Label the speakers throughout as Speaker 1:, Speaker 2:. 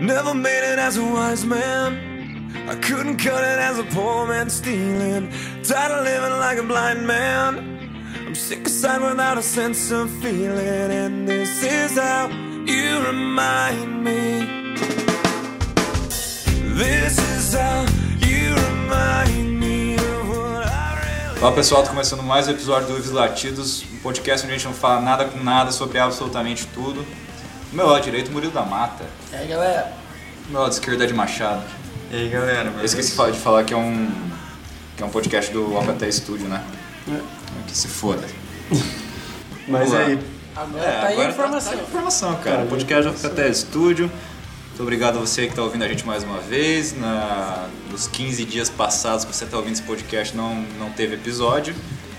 Speaker 1: Never made it as a wise man. I couldn't cut it as a poor man stealing. Tired of living like a blind man. I'm sick of sight without a sense of feeling. And this is how you remind me. This is how you remind me of what I really.
Speaker 2: Olá pessoal, tá começando mais um episódio do Livros Latidos, um podcast onde a gente não fala nada com nada sobre absolutamente tudo. Do meu lado direito, Murilo da Mata.
Speaker 3: E aí galera,
Speaker 2: Do meu lado esquerdo, Ed Machado.
Speaker 4: E aí galera,
Speaker 2: Eu esqueci de falar- de falar que é um, que é um podcast do Alcatel Studio, né? Que se foda.
Speaker 4: É.
Speaker 2: Vamos
Speaker 4: Mas é
Speaker 2: lá.
Speaker 4: aí,
Speaker 3: agora tá aí a informação.
Speaker 2: É, Tá, tá informação, cara. O podcast do Alcatel Studio. Muito obrigado a você que tá ouvindo a gente mais uma vez. Na, nos 15 dias passados que você tá ouvindo esse podcast, não, não teve episódio,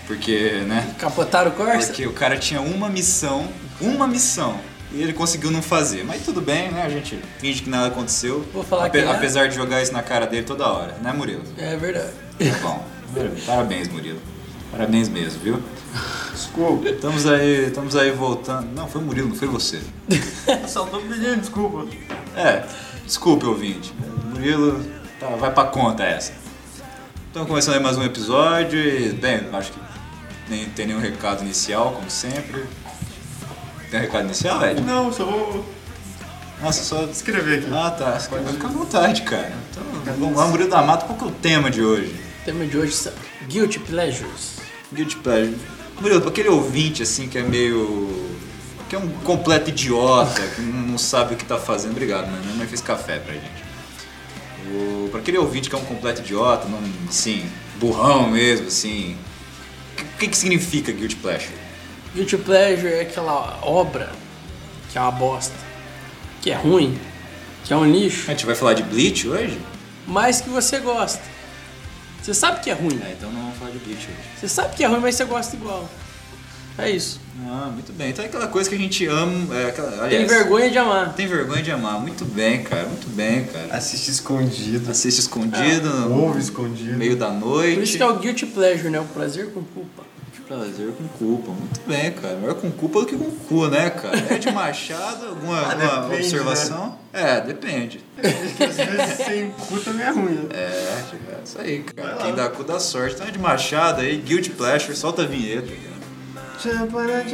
Speaker 2: porque, né?
Speaker 3: Capotaram o Corsa?
Speaker 2: Porque o cara tinha uma missão, uma missão, e ele conseguiu não fazer. Mas tudo bem, né? A gente finge que nada aconteceu.
Speaker 3: Vou falar
Speaker 2: Ape-
Speaker 3: que é.
Speaker 2: Apesar de jogar isso na cara dele toda hora, né, Murilo?
Speaker 3: É verdade.
Speaker 2: Tá bom. Parabéns, Murilo. Parabéns mesmo, viu?
Speaker 4: desculpa.
Speaker 2: Estamos aí, estamos aí voltando. Não, foi o Murilo, não foi você.
Speaker 4: Só tô pedindo desculpa.
Speaker 2: É, desculpe, ouvinte. Murilo, tá, vai pra conta essa. Então, começando aí mais um episódio e, bem, acho que nem tem nenhum recado inicial, como sempre. Tem um recado inicial, Ed?
Speaker 4: Não, só vou
Speaker 2: Nossa, só...
Speaker 4: escrever aqui.
Speaker 2: Ah, tá. Você pode ficar à vontade, cara. Então, vamos lá, Murilo da Mata, qual que é o tema de hoje?
Speaker 3: O tema de hoje são Guilty Pleasures.
Speaker 2: Guilty Pleasure. Murilo, pra aquele ouvinte, assim, que é meio... Que é um completo idiota, que não não sabe o que tá fazendo. Obrigado, mano. Minha mãe fez café pra gente. O... Pra aquele ouvinte que é um completo idiota, não, assim, burrão mesmo, assim... O que, que significa Guilty Pleasure?
Speaker 3: Guilty Pleasure é aquela obra que é uma bosta, que é ruim, que é um
Speaker 2: A
Speaker 3: lixo,
Speaker 2: gente vai falar de Bleach hoje?
Speaker 3: mas que você gosta. Você sabe que é ruim,
Speaker 2: É, então não vamos falar de Bleach hoje.
Speaker 3: você sabe que é ruim, mas você gosta igual. É isso.
Speaker 2: Ah, muito bem. Então é aquela coisa que a gente ama... É aquela...
Speaker 3: Tem
Speaker 2: aliás,
Speaker 3: vergonha de amar.
Speaker 2: Tem vergonha de amar. Muito bem, cara. Muito bem, cara.
Speaker 4: Assiste escondido,
Speaker 2: Assiste escondido, no
Speaker 4: É, ouve escondido.
Speaker 2: meio da noite.
Speaker 3: Por isso que é o Guilty Pleasure, né? O prazer com culpa.
Speaker 2: Prazer com culpa, muito bem, cara. Melhor com culpa do que com cu, né, cara? É de Machado, alguma,
Speaker 4: Ah,
Speaker 2: alguma
Speaker 4: depende,
Speaker 2: observação? É, depende.
Speaker 4: Às vezes sem cu também é ruim. né?
Speaker 2: É, é isso aí, cara. Quem dá cu dá sorte. Então é de Machado aí, Guilty Pleasure, solta a vinheta. cara.
Speaker 4: Tchaparajá.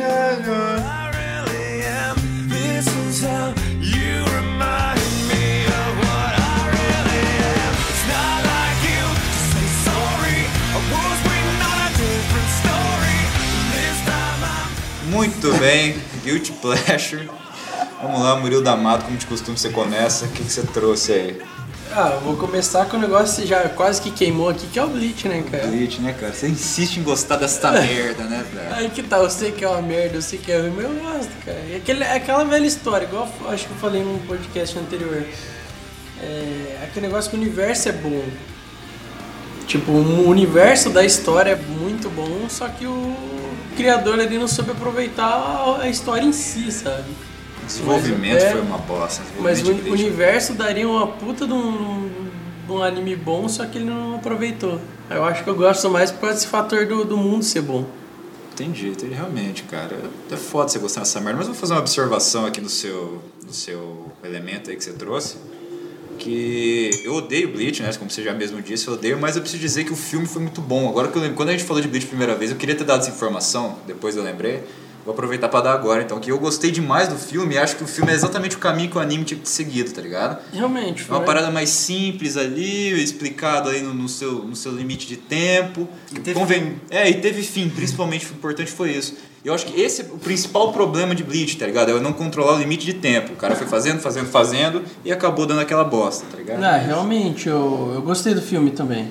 Speaker 1: I really am. This is how you remind me of what I really am. It's not like you to say sorry. I was waiting on a different story. This time I'm
Speaker 2: Muito bem, Guilty Pleasure. Vamos lá, Murilo da Mata, como de costume você começa. O que, que você trouxe aí?
Speaker 3: Ah, eu vou começar com um negócio que já quase que queimou aqui, que é o Bleach, né, cara?
Speaker 2: Bleach, né, cara? Você insiste em gostar desta merda, né, cara?
Speaker 3: Aí que tá, eu sei que é uma merda, eu sei que é ruim, mas eu gosto, cara. E aquele, é aquela velha história, igual eu acho que eu falei num podcast anterior. É, aquele negócio que o universo é bom. Tipo, o universo da história é muito bom, só que o criador ali não soube aproveitar a, a história em si, sabe?
Speaker 2: Desenvolvimento
Speaker 3: Mas, é,
Speaker 2: foi uma bosta.
Speaker 3: Mas o
Speaker 2: desenvolvimento de
Speaker 3: uni-
Speaker 2: Bleach.
Speaker 3: universo daria uma puta de um, de um anime bom, só que ele não aproveitou. Eu acho que eu gosto mais por causa desse fator do, do mundo ser bom.
Speaker 2: Entendi, entendi. Realmente, cara. É foda você gostar dessa merda, mas eu vou fazer uma observação aqui no seu, no seu elemento aí que você trouxe. Que eu odeio Bleach, né? Como você já mesmo disse, eu odeio, mas eu preciso dizer que o filme foi muito bom. Agora que eu lembro, quando a gente falou de Bleach a primeira vez, eu queria ter dado essa informação, depois eu lembrei. Vou aproveitar pra dar agora, então, que eu gostei demais do filme e acho que o filme é exatamente o caminho que o anime tinha que ter seguido, tá ligado?
Speaker 3: Realmente,
Speaker 2: É uma
Speaker 3: foi-
Speaker 2: parada mais simples ali, explicado aí no, no seu, no seu limite de tempo.
Speaker 4: E teve
Speaker 2: Conven- É, e teve fim, principalmente o importante foi isso. Eu acho que esse é o principal problema de Bleach, tá ligado? É eu não controlar o limite de tempo. O cara foi fazendo, fazendo, fazendo e acabou dando aquela bosta, tá ligado?
Speaker 3: Ah, realmente, eu, eu gostei do filme também.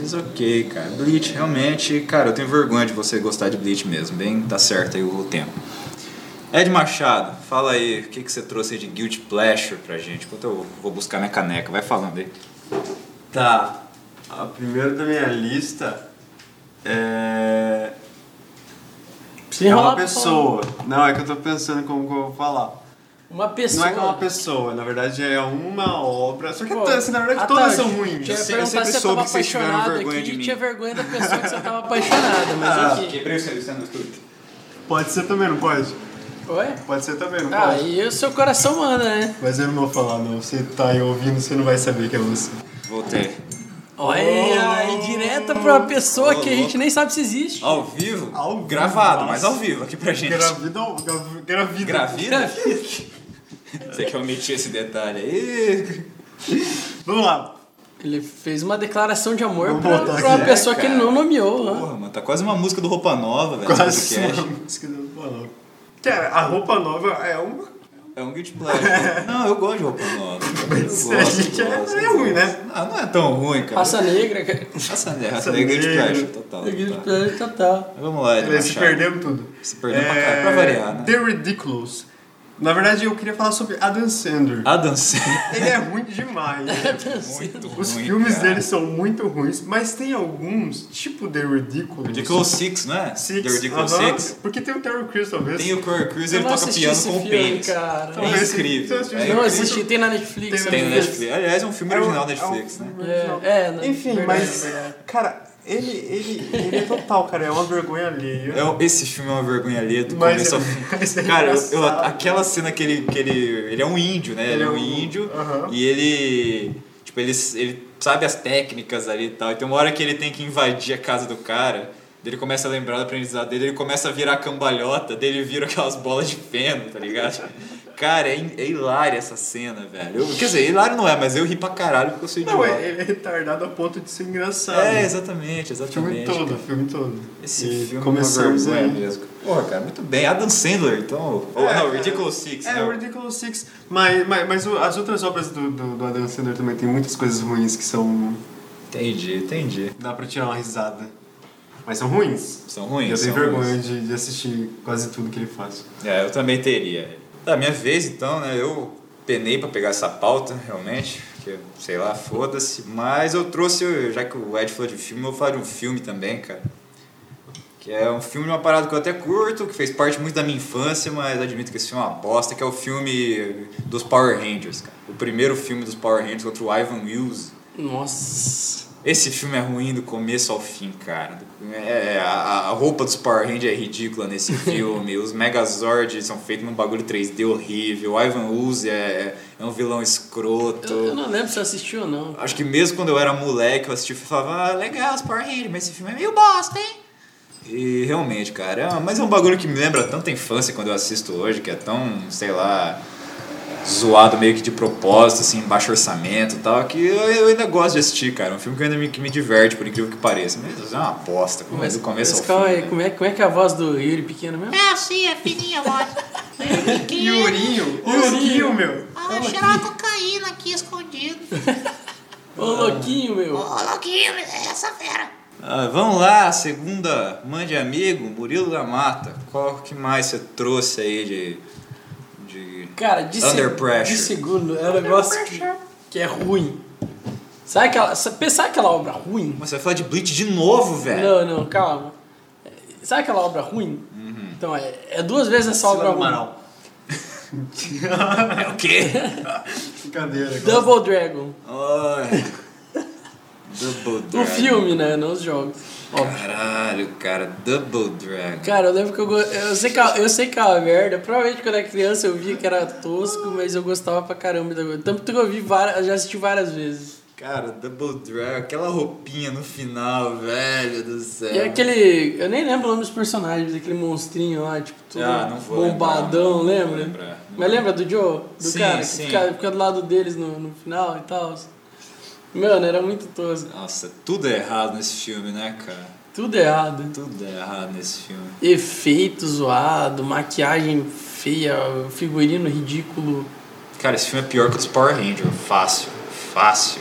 Speaker 2: Mas ok, cara. Bleach, realmente, cara, eu tenho vergonha de você gostar de Bleach mesmo. Bem, tá certo aí o tempo. Ed Machado, fala aí, o que, que você trouxe aí de Guilty Pleasure pra gente? Enquanto eu vou buscar minha caneca, vai falando aí.
Speaker 4: Tá, a primeira da minha lista é.
Speaker 3: Se
Speaker 4: É
Speaker 3: enrolar
Speaker 4: uma
Speaker 3: pra
Speaker 4: pessoa. Não, é que eu tô pensando como que eu vou falar.
Speaker 3: falar. Uma pessoa.
Speaker 4: Não é que é uma pessoa, na verdade é uma obra.
Speaker 2: É
Speaker 4: Só que,
Speaker 3: Pô,
Speaker 4: assim, na verdade,
Speaker 3: ah,
Speaker 4: todas
Speaker 3: tá,
Speaker 4: são
Speaker 3: Eu
Speaker 4: ruins.
Speaker 3: ia
Speaker 2: Eu sei- eu
Speaker 3: perguntar
Speaker 2: sempre
Speaker 3: se você
Speaker 2: soube
Speaker 3: tava
Speaker 2: que vocês tiveram
Speaker 3: apaixonado
Speaker 2: vergonha
Speaker 3: aqui
Speaker 2: de mim.
Speaker 3: tinha vergonha da pessoa que você tava apaixonada, mas
Speaker 4: Ah,
Speaker 3: ok.
Speaker 2: Quebrei o serviço no estúdio.
Speaker 4: Pode ser também, não pode?
Speaker 3: Oi?
Speaker 4: Pode ser também, não
Speaker 3: Ah,
Speaker 4: pode?
Speaker 3: e o seu coração manda, né?
Speaker 4: Mas eu não vou falar, não. Você tá aí ouvindo, você não vai saber que é você.
Speaker 2: Voltei.
Speaker 3: Olha,
Speaker 4: Oh.
Speaker 3: indireta pra uma pessoa que a gente nem sabe se existe.
Speaker 2: Ao vivo?
Speaker 4: Ao vivo,
Speaker 2: Gravado, mas
Speaker 4: nossa.
Speaker 2: ao vivo aqui pra gente.
Speaker 4: Gravida ou... grav- Gravida.
Speaker 2: Gravida? Você que eu omiti esse detalhe aí.
Speaker 4: Vamos lá.
Speaker 3: Ele fez uma declaração de amor
Speaker 4: Vamos
Speaker 3: pra,
Speaker 4: botar
Speaker 3: pra uma
Speaker 4: aqui,
Speaker 3: pessoa que
Speaker 2: cara.
Speaker 3: ele não nomeou. né?
Speaker 2: Porra, mano, tá quase uma música do Roupa Nova, velho.
Speaker 4: Quase
Speaker 2: esse
Speaker 4: uma
Speaker 2: É podcast.
Speaker 4: música do Roupa Nova. Cara, a roupa nova é uma...
Speaker 2: É um guilty pleasure. Não, eu gosto de Roupa Nova. Eu
Speaker 4: Mas
Speaker 2: gosto,
Speaker 4: a gente é-
Speaker 2: gosto,
Speaker 4: é
Speaker 2: gosto.
Speaker 4: ruim, né?
Speaker 2: Ah, não é tão ruim, cara.
Speaker 3: Raça negra, cara.
Speaker 2: Raça negra,
Speaker 4: Raça
Speaker 2: raça negra é guilty
Speaker 4: negra.
Speaker 2: pleasure, total.
Speaker 3: Guilty
Speaker 2: total.
Speaker 3: pleasure total.
Speaker 2: Vamos lá, Ed
Speaker 4: Peraí, se
Speaker 2: Machado.
Speaker 4: perdemos tudo.
Speaker 2: Se perdeu pra caralho, pra variar, né?
Speaker 4: É, The Ridiculous. Na verdade, eu queria falar sobre Adam Sandler.
Speaker 2: Adam Sandler.
Speaker 4: Ele é ruim demais.
Speaker 2: Muito ruim,
Speaker 4: Os filmes
Speaker 2: cara.
Speaker 4: dele são muito ruins, mas tem alguns, tipo The Ridiculous.
Speaker 2: Ridiculous Six, não é?
Speaker 4: Six.
Speaker 2: The Ridiculous
Speaker 4: aham.
Speaker 2: Six.
Speaker 4: Porque tem o Terry Crews, talvez.
Speaker 2: Tem o Corey Crews,
Speaker 3: Eu
Speaker 2: ele
Speaker 3: não
Speaker 2: toca
Speaker 3: assisti
Speaker 2: piano
Speaker 3: esse
Speaker 2: com o
Speaker 3: filme,
Speaker 2: pênis.
Speaker 3: cara.
Speaker 2: É
Speaker 4: Talvez-
Speaker 2: incrível.
Speaker 4: Talvez-
Speaker 2: É
Speaker 3: Não
Speaker 2: incrível.
Speaker 3: assisti, tem na Netflix.
Speaker 4: Tem
Speaker 2: Tem no
Speaker 4: na
Speaker 3: né?
Speaker 2: Netflix. Aliás, é um filme
Speaker 4: É um-
Speaker 2: original
Speaker 4: é um
Speaker 2: Netflix, né?
Speaker 4: filme original.
Speaker 3: É, é, né?
Speaker 4: Enfim,
Speaker 3: Verdade,
Speaker 4: mas,
Speaker 3: verdade.
Speaker 4: cara, ele, ele, ele é total, cara, é uma vergonha alheia.
Speaker 2: É um- esse filme é uma vergonha alheia do
Speaker 4: Mas
Speaker 2: começo
Speaker 4: é-
Speaker 2: ao fim.
Speaker 4: mas é
Speaker 2: Cara, eu- eu-
Speaker 4: engraçado.
Speaker 2: aquela cena que ele, que ele. Ele é um índio, né? Ele, é um índio.
Speaker 4: aham.
Speaker 2: E ele. Tipo, ele, ele sabe as técnicas ali e tal. E tem uma hora que ele tem que invadir a casa do cara. daí Ele começa a lembrar do aprendizado dele, ele começa a virar cambalhota, daí ele vira aquelas bolas de feno, tá ligado? Cara, é, hi- é hilária essa cena, velho. Eu- quer dizer, hilário não é, mas eu ri pra caralho porque eu sou
Speaker 4: Não,
Speaker 2: idiota.
Speaker 4: é- ele é retardado a ponto de ser engraçado.
Speaker 2: É, exatamente,
Speaker 4: O filme
Speaker 2: exatamente.
Speaker 4: todo, o
Speaker 2: cara.
Speaker 4: filme todo.
Speaker 2: Esse
Speaker 4: E
Speaker 2: filme
Speaker 4: começamos
Speaker 2: é uma vergonha
Speaker 4: aí.
Speaker 2: mesmo. Porra, cara, muito bem. Adam Sandler, então. Ou
Speaker 4: É,
Speaker 2: não,
Speaker 4: é.
Speaker 2: Ridiculous Six.
Speaker 4: É,
Speaker 2: né?
Speaker 4: o Ridiculous Six. Mas, mas, mas o- as outras obras do, do, do Adam Sandler também tem muitas coisas ruins que são.
Speaker 2: Entendi, entendi.
Speaker 4: dá pra tirar uma risada. Mas são ruins.
Speaker 2: São ruins.
Speaker 4: eu tenho
Speaker 2: são
Speaker 4: vergonha
Speaker 2: ruins.
Speaker 4: de, de assistir quase tudo que ele faz.
Speaker 2: É, eu também teria. Da minha vez, então, né? Eu penei pra pegar essa pauta, realmente. Porque, sei lá, foda-se. Mas eu trouxe, já que o Ed falou de filme, eu vou falar de um filme também, cara. Que é um filme de uma parada que eu até curto, que fez parte muito da minha infância, mas admito que esse filme é uma bosta, que é o filme dos Power Rangers, cara. O primeiro filme dos Power Rangers contra o Ivan Wills.
Speaker 3: Nossa.
Speaker 2: Esse filme é ruim do começo ao fim, cara. É, a, a roupa dos Power Rangers é ridícula nesse filme. Os Megazords são feitos num bagulho 3D horrível. O Ivan Uzi é, é um vilão escroto.
Speaker 3: Eu, eu não lembro se eu assisti ou não.
Speaker 2: Acho que mesmo quando eu era moleque, eu assisti e falava, ah, legal, os Power Rangers, mas esse filme é meio bosta, hein? E realmente, cara, é- mas é um bagulho que me lembra tanto a infância quando eu assisto hoje, que é tão, sei lá, zoado meio que de propósito, assim, baixo orçamento e tal, que eu, eu ainda gosto de assistir, cara. É um filme que ainda me, que me diverte, por incrível que pareça. Mas é uma aposta, como do começo
Speaker 3: mas
Speaker 2: ao
Speaker 3: calma
Speaker 2: fim.
Speaker 3: aí,
Speaker 2: né?
Speaker 3: como é, como é que é a voz do Yuri pequeno mesmo?
Speaker 5: É assim, é fininha a voz.
Speaker 4: E o Urinho? O
Speaker 3: Urinho.
Speaker 4: Urinho, meu!
Speaker 5: Ah, cheirar cocaína aqui escondido.
Speaker 3: Ô, louquinho,
Speaker 5: Ô,
Speaker 3: meu.
Speaker 5: louquinho, é essa fera.
Speaker 2: Ah, vamos lá, segunda Mande Amigo, Murilo da Mata. Qual que mais você trouxe aí de. de...
Speaker 3: Cara, de,
Speaker 2: Under
Speaker 3: se-
Speaker 2: pressure.
Speaker 3: de segundo é um negócio que, que é ruim. Sabe aquela, sa- pensar aquela obra ruim?
Speaker 2: Mas Você vai falar de Bleach de novo, velho?
Speaker 3: Não, não, calma. Sabe aquela obra ruim?
Speaker 2: Uhum.
Speaker 3: Então, é, é duas vezes essa
Speaker 4: Silva
Speaker 3: obra
Speaker 4: do
Speaker 3: ruim.
Speaker 4: Amaral.
Speaker 2: É o quê?
Speaker 4: Brincadeira. agora.
Speaker 3: Double Dragon.
Speaker 2: Ai. Double
Speaker 3: O
Speaker 2: Dragon.
Speaker 3: filme, né? Não os jogos. Óbvio.
Speaker 2: Caralho, cara, Double Dragon.
Speaker 3: Cara, eu lembro que eu, go- eu sei que é- eu sei que é uma merda. Provavelmente quando era criança eu via que era tosco, mas eu gostava pra caramba da coisa. Tanto que eu vi várias, eu já assisti várias vezes.
Speaker 2: Cara, Double Dragon, aquela roupinha no final, velho do céu.
Speaker 3: E aquele, eu nem lembro o nome dos personagens, aquele monstrinho lá, tipo, todo
Speaker 2: Ah, não vou
Speaker 3: bombadão,
Speaker 2: lembrar, não vou
Speaker 3: lembra?
Speaker 2: lembrar.
Speaker 3: mas lembra do Joe? Do
Speaker 2: Sim,
Speaker 3: cara que
Speaker 2: sim.
Speaker 3: Fica, fica do lado deles no, no final e tal. Mano, era muito tosco.
Speaker 2: Nossa, tudo é errado nesse filme, né, cara?
Speaker 3: Tudo errado.
Speaker 2: Tudo é errado nesse filme.
Speaker 3: Efeito zoado, maquiagem feia, figurino ridículo.
Speaker 2: Cara, esse filme é pior que o dos Power Rangers. Fácil, fácil.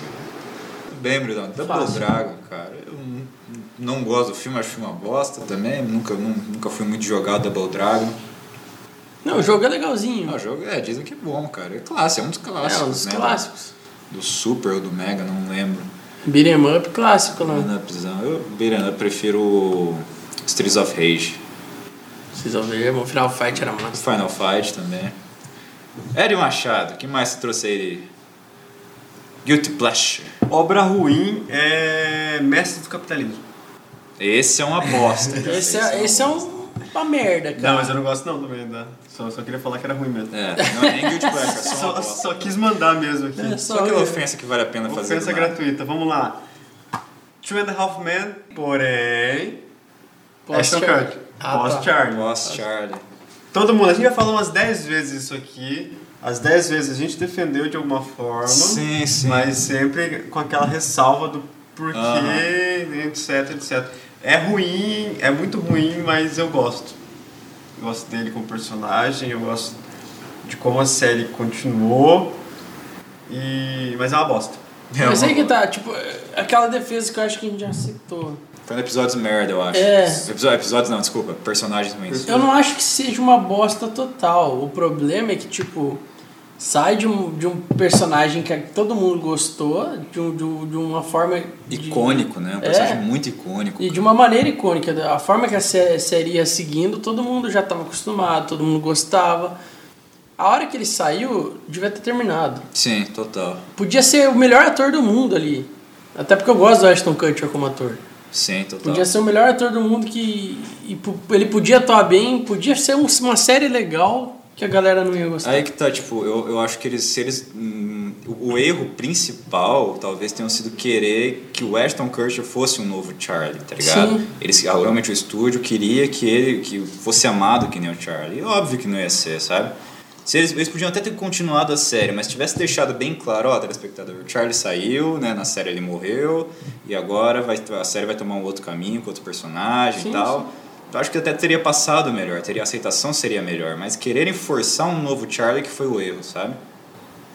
Speaker 2: Tudo bem, Brilhão. Double
Speaker 3: Fácil.
Speaker 2: Dragon, cara. Eu n- n- não gosto do filme, acho o filme uma bosta também. Nunca, nu- nunca fui muito jogado Double Dragon.
Speaker 3: Não, o jogo é legalzinho.
Speaker 2: Ah, o jogo é, dizem que é bom, cara. É clássico, é um dos clássicos.
Speaker 3: É, um dos
Speaker 2: né?
Speaker 3: clássicos.
Speaker 2: Do Super ou do Mega, não lembro.
Speaker 3: Beat'em up clássico né? lá.
Speaker 2: Na prisão. Eu, Beirana, eu prefiro o Streets of Rage.
Speaker 3: Vocês vão ver, o Final Fight era massa.
Speaker 2: Final Fight também. Eri Machado, que mais você trouxe aí? Guilty Pleasure.
Speaker 4: Obra ruim é Mestre do Capitalismo.
Speaker 2: Esse é uma bosta. cara.
Speaker 3: Esse é,
Speaker 2: uma
Speaker 3: esse é
Speaker 2: bosta.
Speaker 3: um Uma merda, cara.
Speaker 4: Não, mas eu não gosto não também, tá? Só, só queria falar que era ruim mesmo.
Speaker 2: É, não é nem guilty pleasure, é só uma
Speaker 4: Só,
Speaker 2: bosta.
Speaker 4: só quis mandar mesmo aqui.
Speaker 3: É,
Speaker 2: Só aquela ofensa que vale a pena fazer.
Speaker 4: Ofensa
Speaker 2: do nada.
Speaker 4: gratuita, vamos lá. Two and a Half Men, porém...
Speaker 2: um
Speaker 4: Ashton
Speaker 3: Post-Charlie.
Speaker 4: Kutcher.
Speaker 3: Ah, tá.
Speaker 4: Pós-Charlie.
Speaker 2: Nossa, Charlie.
Speaker 4: Todo mundo, a gente já falou umas 10 vezes isso aqui. As 10 vezes a gente defendeu de alguma forma.
Speaker 2: Sim, sim.
Speaker 4: Mas sempre com aquela ressalva do porquê, né, etc, etc. É ruim, é muito ruim, mas eu gosto. Eu gosto dele como personagem, eu gosto de como a série continuou. E... Mas é uma bosta.
Speaker 3: Mas aí
Speaker 2: uma-
Speaker 3: que tá, tipo, aquela defesa que eu acho que a gente já citou.
Speaker 2: Foi no episódio merda, eu acho.
Speaker 3: É.
Speaker 2: Episódio, episódios não, desculpa. Personagens ruins.
Speaker 3: Eu não acho que seja uma bosta total. O problema é que, tipo, sai de um, de um personagem que todo mundo gostou, de, um- de, um- de uma forma. de-
Speaker 2: Icônico, né? Um
Speaker 3: É.
Speaker 2: personagem muito icônico.
Speaker 3: E de uma maneira icônica, da- a forma que a sé- série ia seguindo, todo mundo já estava acostumado, todo mundo gostava. A hora que ele saiu, devia ter terminado.
Speaker 2: Sim, total.
Speaker 3: Podia ser o melhor ator do mundo ali. Até porque eu gosto do Ashton Kutcher como ator.
Speaker 2: Sim, total.
Speaker 3: Podia ser o melhor ator do mundo que e po- ele podia atuar bem, podia ser um- uma série legal que a galera não ia gostar.
Speaker 2: Aí que tá, tipo, eu, eu acho que eles, se eles. hum, o, o erro principal talvez tenha sido querer que o Ashton Kutcher fosse um novo Charlie, tá ligado?
Speaker 3: Sim.
Speaker 2: Eles, ah, realmente o estúdio queria que ele que fosse amado que nem o Charlie. E Óbvio que não ia ser, sabe? Se eles, eles podiam até ter continuado a série, mas tivesse deixado bem claro, ó, telespectador, o Charlie saiu, né? Na série ele morreu, e agora vai, a série vai tomar um outro caminho com outro personagem
Speaker 3: Sim,
Speaker 2: e tal. Eu acho que até teria passado melhor, teria a aceitação seria melhor, mas quererem forçar um novo Charlie que foi o erro, sabe?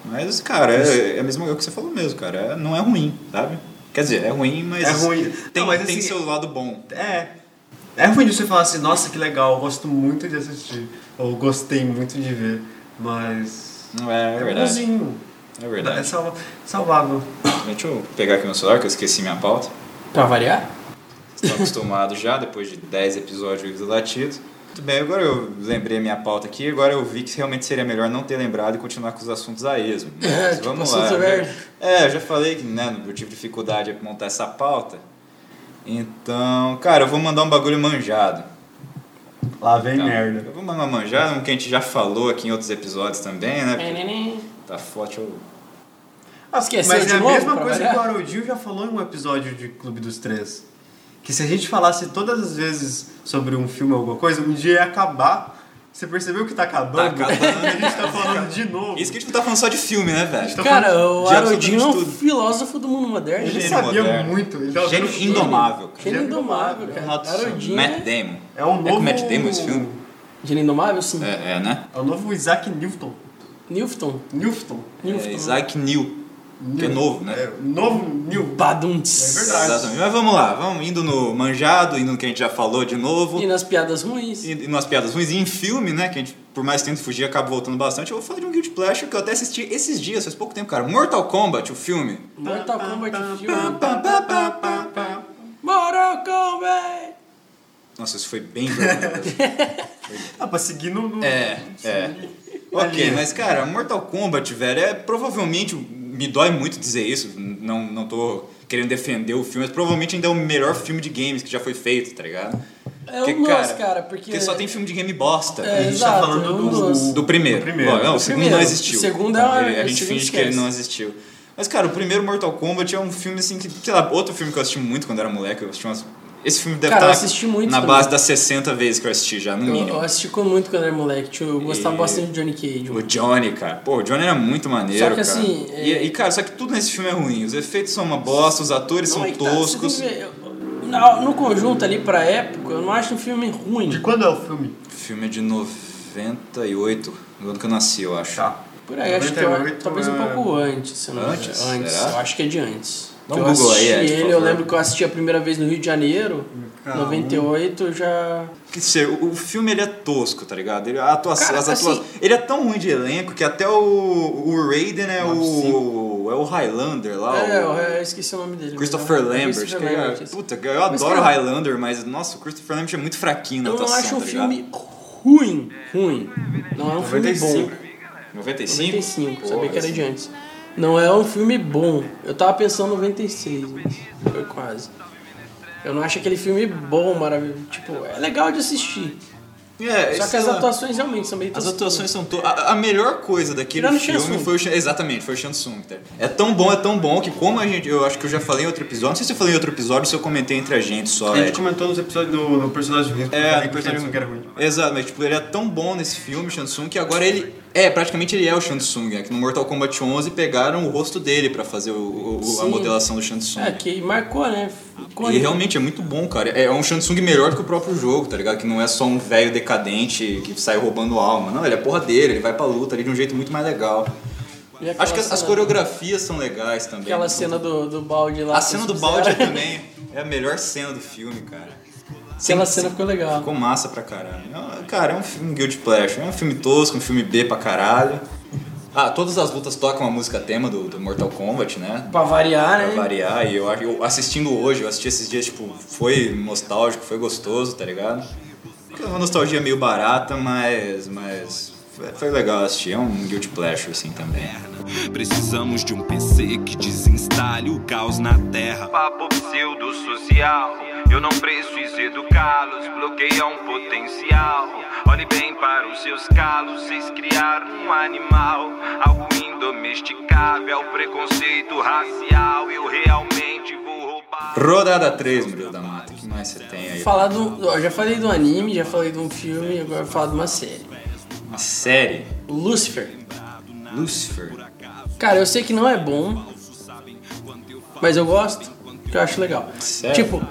Speaker 2: Mas, cara, é, é mesmo é o que você falou mesmo, cara. É- não é ruim, sabe? Quer dizer, é ruim, mas.
Speaker 4: É ruim.
Speaker 2: Tem,
Speaker 4: Não, mas
Speaker 2: tem
Speaker 4: assim-
Speaker 2: seu lado bom.
Speaker 4: É. É ruim de você falar assim, nossa, que legal, eu gosto muito de assistir. Ou gostei muito de ver. Mas.
Speaker 2: Não é, é verdade.
Speaker 4: bonzinho.
Speaker 2: É verdade.
Speaker 4: É salva- salvável.
Speaker 2: Deixa eu pegar aqui meu celular, que eu esqueci minha pauta.
Speaker 3: Pra variar?
Speaker 2: Vocês estão acostumados já, depois de 10 episódios do Latido. Muito bem, agora eu lembrei a minha pauta aqui, agora eu vi que realmente seria melhor não ter lembrado e continuar com os assuntos a esmo. Mas
Speaker 3: É, tipo,
Speaker 2: vamos lá.
Speaker 3: assuntos
Speaker 2: né?
Speaker 3: velhos.
Speaker 2: É, eu já falei que né, eu tive dificuldade em montar essa pauta. Então, cara, eu vou mandar um bagulho manjado.
Speaker 4: Lá vem
Speaker 2: Tá?
Speaker 4: merda.
Speaker 2: Eu vou mandar um manjado, um que a gente já falou aqui em outros episódios também,
Speaker 3: É.
Speaker 2: né? Porque Tá forte, eu...
Speaker 3: Ah, esqueceu
Speaker 4: Mas
Speaker 3: de
Speaker 4: é a
Speaker 3: novo?
Speaker 4: mesma
Speaker 3: pra
Speaker 4: coisa que o
Speaker 3: variar?
Speaker 4: Haroldinho já falou em um episódio de Clube dos Três. Que se a gente falasse todas as vezes sobre um filme ou alguma coisa, um dia ia acabar. Você percebeu que tá acabando?
Speaker 2: Tá acabando.
Speaker 4: E a gente tá falando de novo.
Speaker 2: Isso que a gente não tá falando só de filme, né, velho?
Speaker 4: Tá
Speaker 3: Cara,
Speaker 4: falando
Speaker 3: o
Speaker 2: de
Speaker 3: Haroldinho é um
Speaker 2: absolutamente tudo.
Speaker 3: filósofo do mundo moderno.
Speaker 4: Ele
Speaker 2: é gênio
Speaker 4: sabia
Speaker 2: moderno.
Speaker 4: muito, ele é tava
Speaker 2: Gênio
Speaker 4: vendo filme.
Speaker 2: indomável, cara.
Speaker 3: Gênio Indomável,
Speaker 4: Gênio
Speaker 3: cara.
Speaker 2: Hudson,
Speaker 3: Haroldinho
Speaker 2: Matt
Speaker 3: é...
Speaker 2: Damon.
Speaker 4: É um
Speaker 2: É com
Speaker 4: novo.
Speaker 2: Matt Damon esse filme?
Speaker 3: Gênio Indomável, sim.
Speaker 2: É, é né?
Speaker 4: É o novo Isaac Newton.
Speaker 3: Newton.
Speaker 4: Newton.
Speaker 3: Newton.
Speaker 2: É, Isaac New, que é novo, né?
Speaker 4: É, o novo New.
Speaker 3: Baduntz.
Speaker 4: É verdade.
Speaker 2: Exatamente. Mas vamos lá, vamos indo no manjado, indo no que a gente já falou de novo,
Speaker 3: E nas piadas ruins.
Speaker 2: e, e nas piadas ruins, e em filme, né, que a gente, por mais que tente fugir, acaba voltando bastante. Eu vou falar de um Guilty Pleasure que eu até assisti esses dias, faz pouco tempo, cara. Mortal Kombat, o filme.
Speaker 3: Mortal Kombat filme.
Speaker 2: Nossa,
Speaker 3: Mortal Kombat!
Speaker 2: isso foi bem vergonhoso.
Speaker 4: Ah, pra seguir no. no-
Speaker 2: É, é. Ok, mas cara, Mortal Kombat, velho, é provavelmente. Me dói muito dizer isso, não, não tô querendo defender o filme, mas provavelmente ainda é o melhor filme de games que já foi feito, tá ligado?
Speaker 3: É um dos, cara, porque-
Speaker 2: Porque só tem filme de game bosta.
Speaker 3: É,
Speaker 4: A gente tá
Speaker 3: exato,
Speaker 4: falando
Speaker 3: é um
Speaker 4: do-
Speaker 3: dos.
Speaker 2: Do primeiro.
Speaker 4: Do primeiro.
Speaker 2: Bom, não,
Speaker 4: Do
Speaker 2: o segundo
Speaker 3: primeiro.
Speaker 2: não existiu. Tá,
Speaker 3: O segundo é uma-
Speaker 2: Ele- A
Speaker 3: o
Speaker 2: gente
Speaker 3: segundo
Speaker 2: finge que
Speaker 3: esquece.
Speaker 2: ele não existiu. Mas, cara, o primeiro Mortal Kombat é um filme assim que. Sei lá, outro filme que eu assisti muito quando era moleque. Eu assisti umas. Esse filme deve
Speaker 3: Cara, eu assisti
Speaker 2: estar
Speaker 3: muito
Speaker 2: na
Speaker 3: também.
Speaker 2: base das 60 vezes que eu assisti já, no
Speaker 3: Eu,
Speaker 2: mínimo.
Speaker 3: eu assisti com muito quando era moleque. tio, Eu gostava
Speaker 2: E-
Speaker 3: bastante de Johnny Cage.
Speaker 2: O
Speaker 3: mano.
Speaker 2: Johnny, cara. Pô, o Johnny era muito maneiro,
Speaker 3: Só que
Speaker 2: cara.
Speaker 3: assim, é-
Speaker 2: E, e, cara, só que tudo nesse filme é ruim. Os efeitos são uma bosta, os atores
Speaker 3: Não,
Speaker 2: são
Speaker 3: é que tá,
Speaker 2: toscos.
Speaker 3: você tem que ver, eu- na- no conjunto ali pra época, eu não acho um filme
Speaker 4: De
Speaker 3: ruim.
Speaker 4: quando é o filme?
Speaker 2: O filme é de 98, no ano que eu nasci, eu acho.
Speaker 3: Por aí, acho que eu-
Speaker 4: 98
Speaker 3: talvez um
Speaker 4: é-
Speaker 3: pouco antes. Se eu não me engano.
Speaker 2: Antes,
Speaker 3: antes.
Speaker 2: será?
Speaker 3: Eu acho que é de antes.
Speaker 2: Dá um
Speaker 3: eu
Speaker 2: Google aí,
Speaker 3: assisti
Speaker 2: Ed, por
Speaker 3: ele, eu
Speaker 2: favor.
Speaker 3: lembro que eu assisti a primeira vez no Rio de Janeiro,
Speaker 4: Calma.
Speaker 3: 98, eu já.
Speaker 2: Que ser, o o filme ele é tosco, tá ligado? Ele, a atuação,
Speaker 3: Cara,
Speaker 2: as atua-
Speaker 3: assim-
Speaker 2: ele é tão ruim de elenco que até o, o Raiden é o, é o Highlander lá.
Speaker 3: É,
Speaker 2: o,
Speaker 3: eu, eu esqueci o nome dele.
Speaker 2: Christopher
Speaker 3: Não,
Speaker 2: Lambert.
Speaker 3: Christopher
Speaker 2: que é-
Speaker 3: Lambert, isso.
Speaker 2: puta, eu adoro
Speaker 3: cara,
Speaker 2: Highlander, mas nossa, o Christopher Lambert é muito fraquinho na
Speaker 3: Eu não
Speaker 2: atuação.
Speaker 3: acho um
Speaker 2: tá ligado?
Speaker 3: filme ruim, ruim. Não é um filme bom.
Speaker 2: 95?
Speaker 3: 95,
Speaker 2: Pô,
Speaker 3: sabia que era
Speaker 2: assim,
Speaker 3: de antes. Não é um filme bom. Eu tava pensando em 96, mas foi quase. Eu não acho aquele filme bom, maravilhoso. Tipo, é legal de assistir.
Speaker 2: É,
Speaker 3: Só que
Speaker 2: sei
Speaker 3: as
Speaker 2: lá.
Speaker 3: atuações realmente são meio
Speaker 2: As
Speaker 3: toscas.
Speaker 2: atuações são to... a, a melhor coisa daquele
Speaker 3: Tirando o
Speaker 2: filme
Speaker 3: Shansung.
Speaker 2: foi o Shan- exatamente, foi o Shansung, tá? É tão bom, é tão bom que como a gente, eu acho que eu já falei em outro episódio, não sei se eu falei em outro episódio, se eu comentei entre a gente só, é,
Speaker 4: A gente
Speaker 2: Ed.
Speaker 4: comentou nos episódios do, do personagem ruim. porque
Speaker 2: É,
Speaker 4: tem personagem que era ruim.
Speaker 2: Exato, mas tipo, ele é tão bom nesse filme, Shansung, que agora ele é, praticamente ele é o Shansung, né? Que no Mortal Kombat 11 pegaram o rosto dele pra fazer o- o- o- a
Speaker 3: Sim.
Speaker 2: modelação do Shansung.
Speaker 3: É, que marcou, né?
Speaker 2: E
Speaker 3: Icônico.
Speaker 2: realmente é muito bom, cara. É um Shansung melhor do que o próprio jogo, tá ligado? Que não é só um velho decadente que sai roubando alma. Não, ele é porradeiro, ele vai pra luta ali de um jeito muito mais legal.
Speaker 3: E aquela
Speaker 2: Acho que as, as
Speaker 3: cena-
Speaker 2: coreografias são legais também.
Speaker 3: Aquela cena do, do balde lá.
Speaker 2: A
Speaker 3: que
Speaker 2: cena do
Speaker 3: eles
Speaker 2: balde
Speaker 3: fizeram.
Speaker 2: também é a melhor cena do filme, cara.
Speaker 3: Aquela
Speaker 2: Sim,
Speaker 3: cena ficou legal.
Speaker 2: Ficou massa pra caralho. É uma- Cara, é um filme Guild Pleasure. É um filme tosco, um filme B pra caralho. Ah, todas as lutas tocam a música tema do, do Mortal Kombat, né?
Speaker 3: Pra variar, né?
Speaker 2: Pra variar. E eu, eu assistindo hoje, eu assisti esses dias, tipo, foi nostálgico, foi gostoso, tá ligado? É uma nostalgia meio barata, mas. mas foi- foi legal assistir. É um Guild Pleasure, assim, também.
Speaker 6: Precisamos de um PC que desinstale o caos na terra. Papo pseudo social. Eu não preciso educá-los, bloqueia um potencial. Olhe bem para os seus calos, vocês criaram um animal. Algo indomesticável, é preconceito racial. Eu realmente vou roubar.
Speaker 2: Rodada 3, Murilo da Mata. O que mais você tem aí?
Speaker 3: Falar do. Ó, já falei do anime, já falei de um filme, agora vou falar de uma série.
Speaker 2: Uma série.
Speaker 3: Lucifer.
Speaker 2: Lucifer.
Speaker 3: Cara, eu sei que não é bom, mas eu gosto, que eu acho legal.
Speaker 2: Sério?
Speaker 3: Tipo,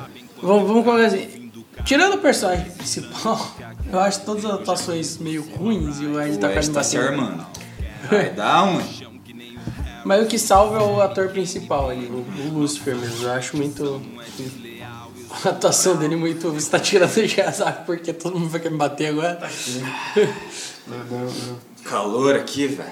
Speaker 3: vamos, vamos colocar assim. Tirando o personagem principal, eu acho todas as atuações meio ruins e o Ed tá
Speaker 2: O Ed
Speaker 3: quase
Speaker 2: tá se
Speaker 3: batendo.
Speaker 2: armando. Vai dar um.
Speaker 3: Mas o que salva é o ator principal ali, o, o Lucifer mesmo. Eu acho muito. A atuação dele muito. Você tá tirando já, sabe? Porque todo mundo vai querer me bater agora.
Speaker 4: Não, não, não.
Speaker 2: Calor aqui, velho.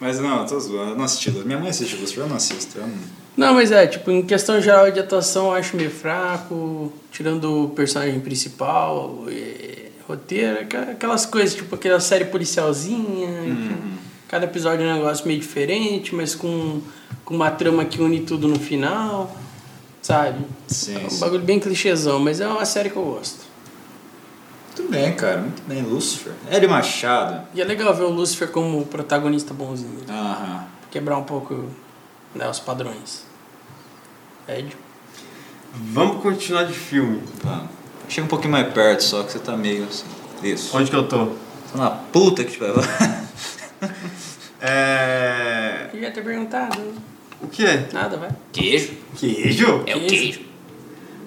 Speaker 2: Mas não, eu tô zoando. Eu não assisti Lucifer. Minha mãe assiste Lucifer, eu não assisto. Eu não...
Speaker 3: Não, mas é, tipo, em questão geral de atuação eu acho meio fraco, tirando o personagem principal, e roteiro, aqua- aquelas coisas, tipo aquela série policialzinha,
Speaker 2: Uhum.
Speaker 3: enfim. cada episódio é um negócio meio diferente, mas com, com uma trama que une tudo no final, sabe?
Speaker 2: Sim,
Speaker 3: é um
Speaker 2: sim.
Speaker 3: bagulho bem clichêzão, mas é uma série que eu gosto.
Speaker 2: Muito bem, cara. Muito bem, Lucifer. Hélio Machado.
Speaker 3: E é legal ver o Lucifer como protagonista bonzinho, né?
Speaker 2: Aham.
Speaker 3: quebrar um pouco né, os padrões. É,
Speaker 4: Vamos continuar de filme.
Speaker 2: Vamos. Chega um pouquinho mais perto só, que você tá meio assim. Isso.
Speaker 4: Onde que eu tô?
Speaker 2: Tá na puta que te leva.
Speaker 4: É.
Speaker 3: eu ia ter perguntado, né?
Speaker 4: O que é?
Speaker 3: nada, vai.
Speaker 4: Queijo?
Speaker 3: É o queijo.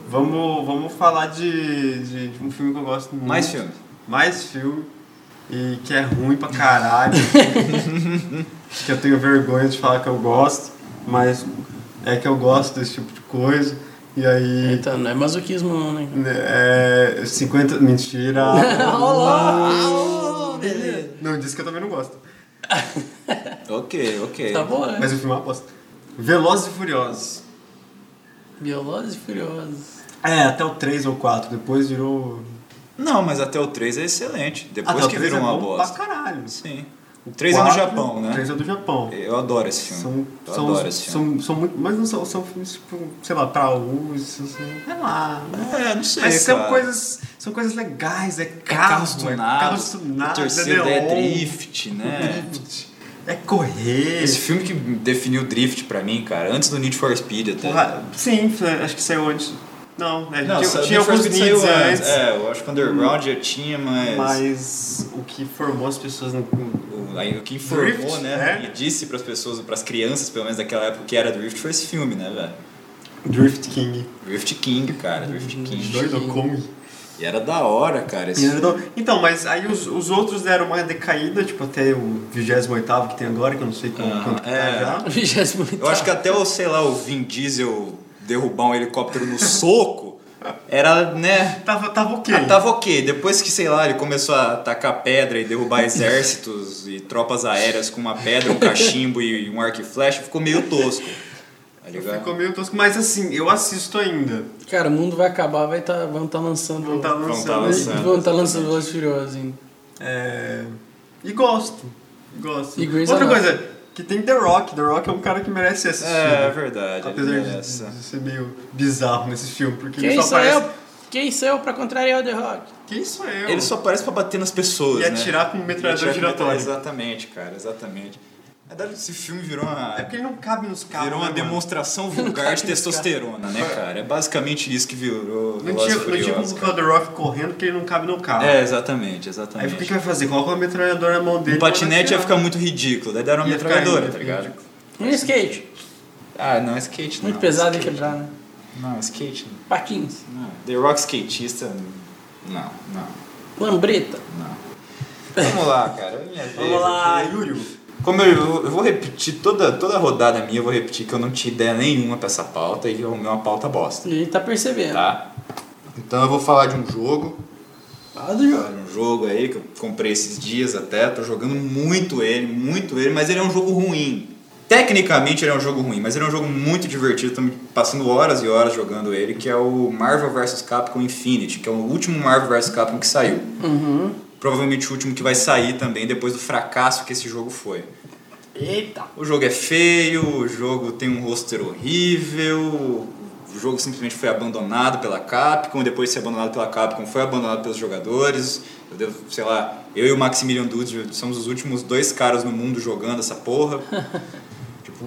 Speaker 4: Vamos, vamos falar de, de, de um filme que eu gosto muito.
Speaker 2: Mais filme.
Speaker 4: Mais filme. E que é ruim pra caralho. que eu tenho vergonha de falar que eu gosto. Mas é que eu gosto desse tipo de coisa. E aí.
Speaker 3: Então, não é masoquismo não, né?
Speaker 4: né, É, 50. Mentira!
Speaker 3: Olá! Beleza.
Speaker 4: não disse que eu também não gosto.
Speaker 2: ok, ok.
Speaker 3: Tá bom, né?
Speaker 4: Mas o filme é uma aposta. Velozes e Furiosos.
Speaker 3: Biolosos e Furiosos.
Speaker 4: É, até o 3 ou 4. Depois virou.
Speaker 2: Não, mas até o 3 é excelente. Depois
Speaker 4: até o
Speaker 2: que
Speaker 4: 3
Speaker 2: virou
Speaker 4: é
Speaker 2: uma
Speaker 4: bom
Speaker 2: bosta.
Speaker 4: Pra caralho.
Speaker 2: Sim. O 3 é no
Speaker 4: Quatro,
Speaker 2: Japão, né?
Speaker 4: O 3 é do Japão.
Speaker 2: Eu adoro esse filme.
Speaker 4: São,
Speaker 2: eu
Speaker 4: são,
Speaker 2: adoro esse filme.
Speaker 4: são, são muito, mas não são, são filmes, tipo, sei lá, pra uso, assim, sei lá.
Speaker 2: É, não sei.
Speaker 4: Mas são
Speaker 2: cara.
Speaker 4: coisas, são coisas legais, é carro,
Speaker 2: Carros
Speaker 4: é
Speaker 2: tunados.
Speaker 4: carros tunados,
Speaker 2: o terceiro é
Speaker 4: neon,
Speaker 2: drift, né?
Speaker 4: é correr.
Speaker 2: Esse filme que definiu drift pra mim, cara, antes do Need for Speed até.
Speaker 4: Porra, sim, acho que saiu antes. Não, né?
Speaker 2: Não,
Speaker 4: tinha,
Speaker 2: só-
Speaker 4: tinha
Speaker 2: Need for
Speaker 4: alguns
Speaker 2: Speed saiu
Speaker 4: vídeos antes,
Speaker 2: É, eu acho que o Underground já tinha, mas.
Speaker 4: mas o que formou as pessoas no...
Speaker 2: o- Aí, o que informou,
Speaker 4: Drift,
Speaker 2: né?
Speaker 4: né?
Speaker 2: E disse pras pessoas, pras crianças, pelo menos daquela época, que era Drift foi esse filme, né, velho?
Speaker 4: Drift King.
Speaker 2: Drift King, cara, Drift King.
Speaker 4: Doido Kong.
Speaker 2: E Uhum. era da hora, cara, esse filme.
Speaker 4: Então- Então, mas aí os, os outros deram uma decaída, tipo até o 28 que tem agora, que eu não sei como,
Speaker 2: Aham,
Speaker 4: quanto que
Speaker 2: é.
Speaker 4: tá já.
Speaker 3: 28.
Speaker 2: Eu acho que até o, sei lá, o Vin Diesel derrubar um helicóptero no soco era, né?
Speaker 4: Tava, tava ok.
Speaker 2: Ah, tava ok. Depois que, sei lá, ele começou a atacar pedra e derrubar exércitos e tropas aéreas com uma pedra, um cachimbo e um arco e flecha, ficou meio tosco. Tá ligado?
Speaker 4: Ficou meio tosco, mas assim, eu assisto ainda.
Speaker 3: Cara, o mundo vai acabar, vai tá, vão estar tá lançando.
Speaker 4: Não tá lançando.
Speaker 2: tá lançando.
Speaker 3: Vão tá lançando Velozes e Furiosos ainda.
Speaker 4: É, E gosto. Gosto.
Speaker 3: E Grey's
Speaker 4: Outra
Speaker 3: Anatomy.
Speaker 4: coisa, que tem The Rock. The Rock é um cara que merece ser assistido.
Speaker 2: É, é verdade.
Speaker 4: Apesar
Speaker 2: ele
Speaker 4: de, de
Speaker 2: merece.
Speaker 4: ser meio bizarro nesse filme, porque
Speaker 3: Quem
Speaker 4: ele só
Speaker 3: sou
Speaker 4: aparece...
Speaker 3: eu? Quem sou eu pra contrariar o The Rock?
Speaker 4: Quem sou eu?
Speaker 2: Ele só aparece pra bater nas pessoas, né?
Speaker 4: E atirar com metralhadora
Speaker 2: E atirar com metralha-
Speaker 4: giratória.
Speaker 2: Exatamente, cara, exatamente. Na verdade, esse filme virou uma...
Speaker 4: É porque ele não cabe nos carros,
Speaker 2: Virou
Speaker 4: né,
Speaker 2: uma
Speaker 4: mano?
Speaker 2: demonstração vulgar de testosterona, né, cara? É basicamente isso que virou
Speaker 4: Não
Speaker 2: Velozes
Speaker 4: tinha,
Speaker 2: e
Speaker 4: não tinha como
Speaker 2: Furiosos,
Speaker 4: colocar o The Rock correndo porque ele não cabe no carro.
Speaker 2: cara. É, exatamente,
Speaker 4: Aí o que, que
Speaker 2: exatamente.
Speaker 4: vai fazer? Coloca uma metralhadora na mão
Speaker 2: O
Speaker 4: dele. e manda
Speaker 2: Um patinete ia
Speaker 4: atirar.
Speaker 2: ficar muito ridículo, daí deram uma
Speaker 4: Ia ficar
Speaker 2: metralhadora,
Speaker 4: ainda,
Speaker 2: tá ligado?
Speaker 3: Um skate.
Speaker 2: Ah, não, skate não.
Speaker 3: Muito pesado e
Speaker 2: skate.
Speaker 3: quebrar, né?
Speaker 2: Não, skate não.
Speaker 3: Paquins.
Speaker 2: Não, The Rock skatista, não, não,
Speaker 3: Lambreta.
Speaker 2: não. Vamos lá, cara. minha vez
Speaker 4: Vamos lá,
Speaker 2: aqui.
Speaker 4: Yuri.
Speaker 2: Como eu, eu vou repetir toda, toda rodada minha, eu vou repetir que eu não tinha ideia nenhuma pra essa pauta e eu arrumei uma pauta bosta,
Speaker 3: A gente tá percebendo.
Speaker 2: tá? Então eu vou falar de um jogo,
Speaker 3: Fala do jogo.
Speaker 2: falar de um jogo aí que eu comprei esses dias até, tô jogando muito ele, muito ele, mas ele é um jogo ruim. Tecnicamente ele é um jogo ruim, mas ele é um jogo muito divertido, tô me passando horas e horas jogando ele, que é o Marvel vs Capcom Infinity, que é o último Marvel vs Capcom que saiu.
Speaker 3: Uhum.
Speaker 2: Provavelmente o último que vai sair também depois do fracasso que esse jogo foi.
Speaker 3: Eita.
Speaker 2: O jogo é feio, o jogo tem um roster horrível, o jogo simplesmente foi abandonado pela Capcom, depois de ser abandonado pela Capcom, foi abandonado pelos jogadores. Eu devo, sei lá, eu e o Maximilian Dudes somos os últimos dois caras no mundo jogando essa porra. tipo,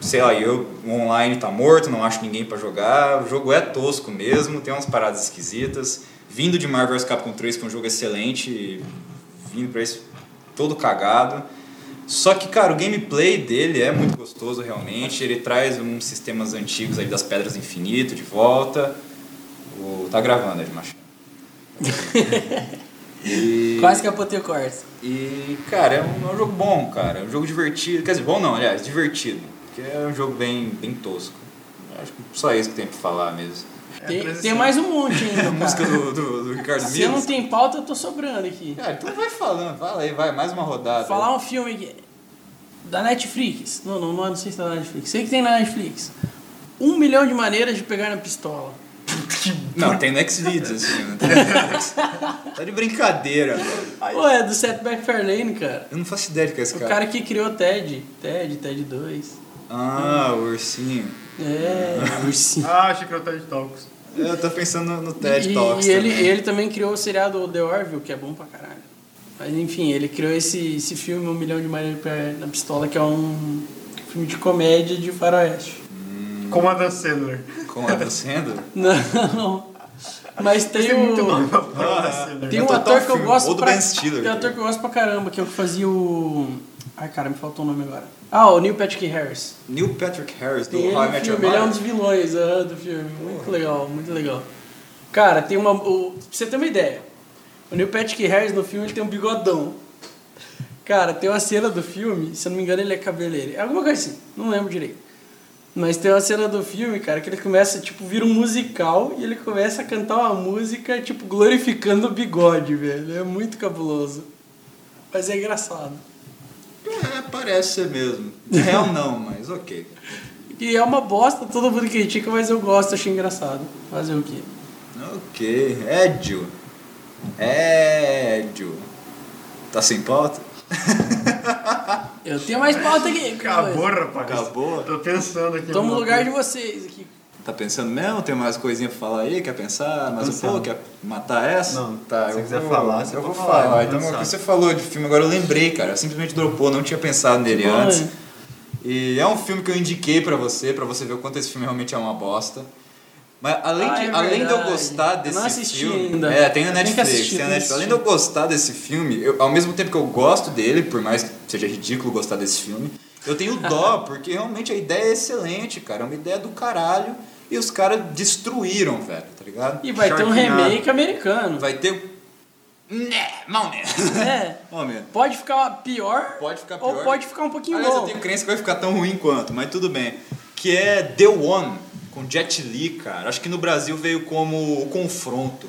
Speaker 2: sei lá, eu, o online tá morto, não acho ninguém pra jogar. O jogo é tosco mesmo, tem umas paradas esquisitas. Vindo de Marvel vs Capcom 3, que é um jogo excelente, e vindo pra isso todo cagado. Só que, cara, o gameplay dele é muito gostoso realmente. Ele traz uns sistemas antigos aí das Pedras do Infinito de volta. O... Tá gravando, Ed Machado. E-
Speaker 3: Quase que apotei o Corsa.
Speaker 2: e, cara, é um, é um jogo bom, cara. É um jogo divertido. Quer dizer, bom não, aliás, divertido. Porque é um jogo bem, bem tosco. Acho que só isso que tem pra falar mesmo.
Speaker 3: Tem,
Speaker 4: transição.
Speaker 2: assim,
Speaker 3: tem mais um monte ainda,
Speaker 2: A
Speaker 3: cara.
Speaker 2: música do, do, do Ricardo
Speaker 3: Se eu não
Speaker 2: Milos.
Speaker 3: tenho pauta, eu tô sobrando aqui.
Speaker 2: Cara, então vai falando, fala aí, vai, mais uma rodada.
Speaker 3: Falar um filme que- da Netflix. Não, não, não, não sei se tá na Netflix. Sei que tem na Netflix. Um milhão de maneiras de pegar na pistola.
Speaker 2: Não, tem no Xvideos esse filme. Tá no Xvideos. Tá de brincadeira, velho.
Speaker 3: Pô, é do Seth MacFarlane, cara.
Speaker 2: Eu não faço ideia de que é esse
Speaker 3: O
Speaker 2: cara.
Speaker 3: cara que criou TED. TED, TED 2.
Speaker 2: Ah, o ursinho.
Speaker 3: É, ursinho.
Speaker 4: Ah, achei que era o Ted Talks.
Speaker 2: Eu tô pensando no
Speaker 3: E-
Speaker 2: TED Talks
Speaker 3: E ele,
Speaker 2: também.
Speaker 3: ele também criou o seriado The Orville, que é bom pra caralho. Mas enfim, ele criou esse, esse filme Um Milhão de Maneiras Pra- na Pistola, que é um filme de comédia de faroeste.
Speaker 4: Como a Dan Sandler.
Speaker 2: Com a Adam Sandler?
Speaker 3: Não, mas tem
Speaker 4: Tem é um- Ah, muito nome
Speaker 3: o...
Speaker 4: pra Adam Sandler.
Speaker 3: Tem um
Speaker 2: Mas tá
Speaker 3: ator
Speaker 2: tão
Speaker 3: que eu
Speaker 2: filme.
Speaker 3: gosto
Speaker 2: Ou do
Speaker 3: pra...
Speaker 2: Ben Stiller,
Speaker 3: Tem um
Speaker 2: tá
Speaker 3: ator que eu gosto pra caramba, que é o que fazia o... Ai, cara, me faltou o nome agora. Ah, o Neil Patrick Harris.
Speaker 2: Neil Patrick Harris, do
Speaker 3: Tem ele
Speaker 2: How I
Speaker 3: no
Speaker 2: Met Your
Speaker 3: filme, ele é um dos
Speaker 2: Mother.
Speaker 3: vilões aham, do filme. Muito legal, muito legal. Cara, tem uma. O, pra você ter uma ideia, o Neil Patrick Harris no filme ele tem um bigodão. Cara, tem uma cena do filme, se eu não me engano, ele é cabeleireiro. É alguma coisa assim, não lembro direito. Mas tem uma cena do filme, cara, que ele começa, tipo, vira um musical e ele começa a cantar uma música, tipo, glorificando o bigode, velho. É muito cabuloso. Mas é engraçado. um
Speaker 2: É, parece ser mesmo. Na real não, mas ok.
Speaker 3: E é uma bosta, todo mundo critica, mas eu gosto, achei engraçado. Fazer o quê?
Speaker 2: Ok, Edio. Edio. Tá sem pauta?
Speaker 3: Eu tenho mais pauta aqui.
Speaker 4: Acabou, rapaz.
Speaker 2: Acabou?
Speaker 4: Tô pensando aqui.
Speaker 3: um Toma o
Speaker 4: no
Speaker 3: lugar de vocês aqui.
Speaker 2: Tá pensando mesmo? Tem mais coisinha pra falar aí? Quer pensar mais um
Speaker 4: Tá Pensando.
Speaker 2: pouco? Quer matar essa?
Speaker 4: Não,
Speaker 2: tá,
Speaker 4: se
Speaker 2: eu
Speaker 4: quiser
Speaker 2: vou,
Speaker 4: falar, você
Speaker 2: eu vou
Speaker 4: pode
Speaker 2: falar.
Speaker 4: falar, né, eu vou
Speaker 2: então,
Speaker 4: pensar.
Speaker 2: você falou de filme, agora eu lembrei, cara. Simplesmente dropou, não tinha pensado nele
Speaker 3: bom,
Speaker 2: antes.
Speaker 3: né?
Speaker 2: E é um filme que eu indiquei pra você, pra você ver o quanto esse filme realmente é uma bosta. Mas além,
Speaker 3: Ah,
Speaker 2: de,
Speaker 3: é
Speaker 2: além de eu
Speaker 3: verdade.
Speaker 2: gostar
Speaker 3: Eu
Speaker 2: desse
Speaker 3: não assisti
Speaker 2: filme.
Speaker 3: ainda.
Speaker 2: É, tem na
Speaker 3: Eu tenho que
Speaker 2: Netflix.
Speaker 3: assistir,
Speaker 2: tem na
Speaker 3: tenho que
Speaker 2: Netflix. Além de
Speaker 3: assistir.
Speaker 2: eu gostar desse filme, eu- ao mesmo tempo que eu gosto dele, por mais que seja ridículo gostar desse filme, eu tenho dó, porque realmente a ideia é excelente, cara. É uma ideia do caralho. E os caras destruíram, velho, tá ligado?
Speaker 3: E vai ter um
Speaker 4: Sharknado.
Speaker 3: remake americano.
Speaker 2: Vai ter. Né, mal né.
Speaker 3: É.
Speaker 2: Mal mesmo.
Speaker 3: Pode ficar pior.
Speaker 2: Pode ficar
Speaker 3: Ou
Speaker 2: pior.
Speaker 3: pode ficar um pouquinho
Speaker 2: Aliás,
Speaker 3: bom.
Speaker 2: eu tenho crença que vai ficar tão ruim quanto, mas tudo bem. Que é The One, com Jet Li, cara. Acho que no Brasil veio como o confronto.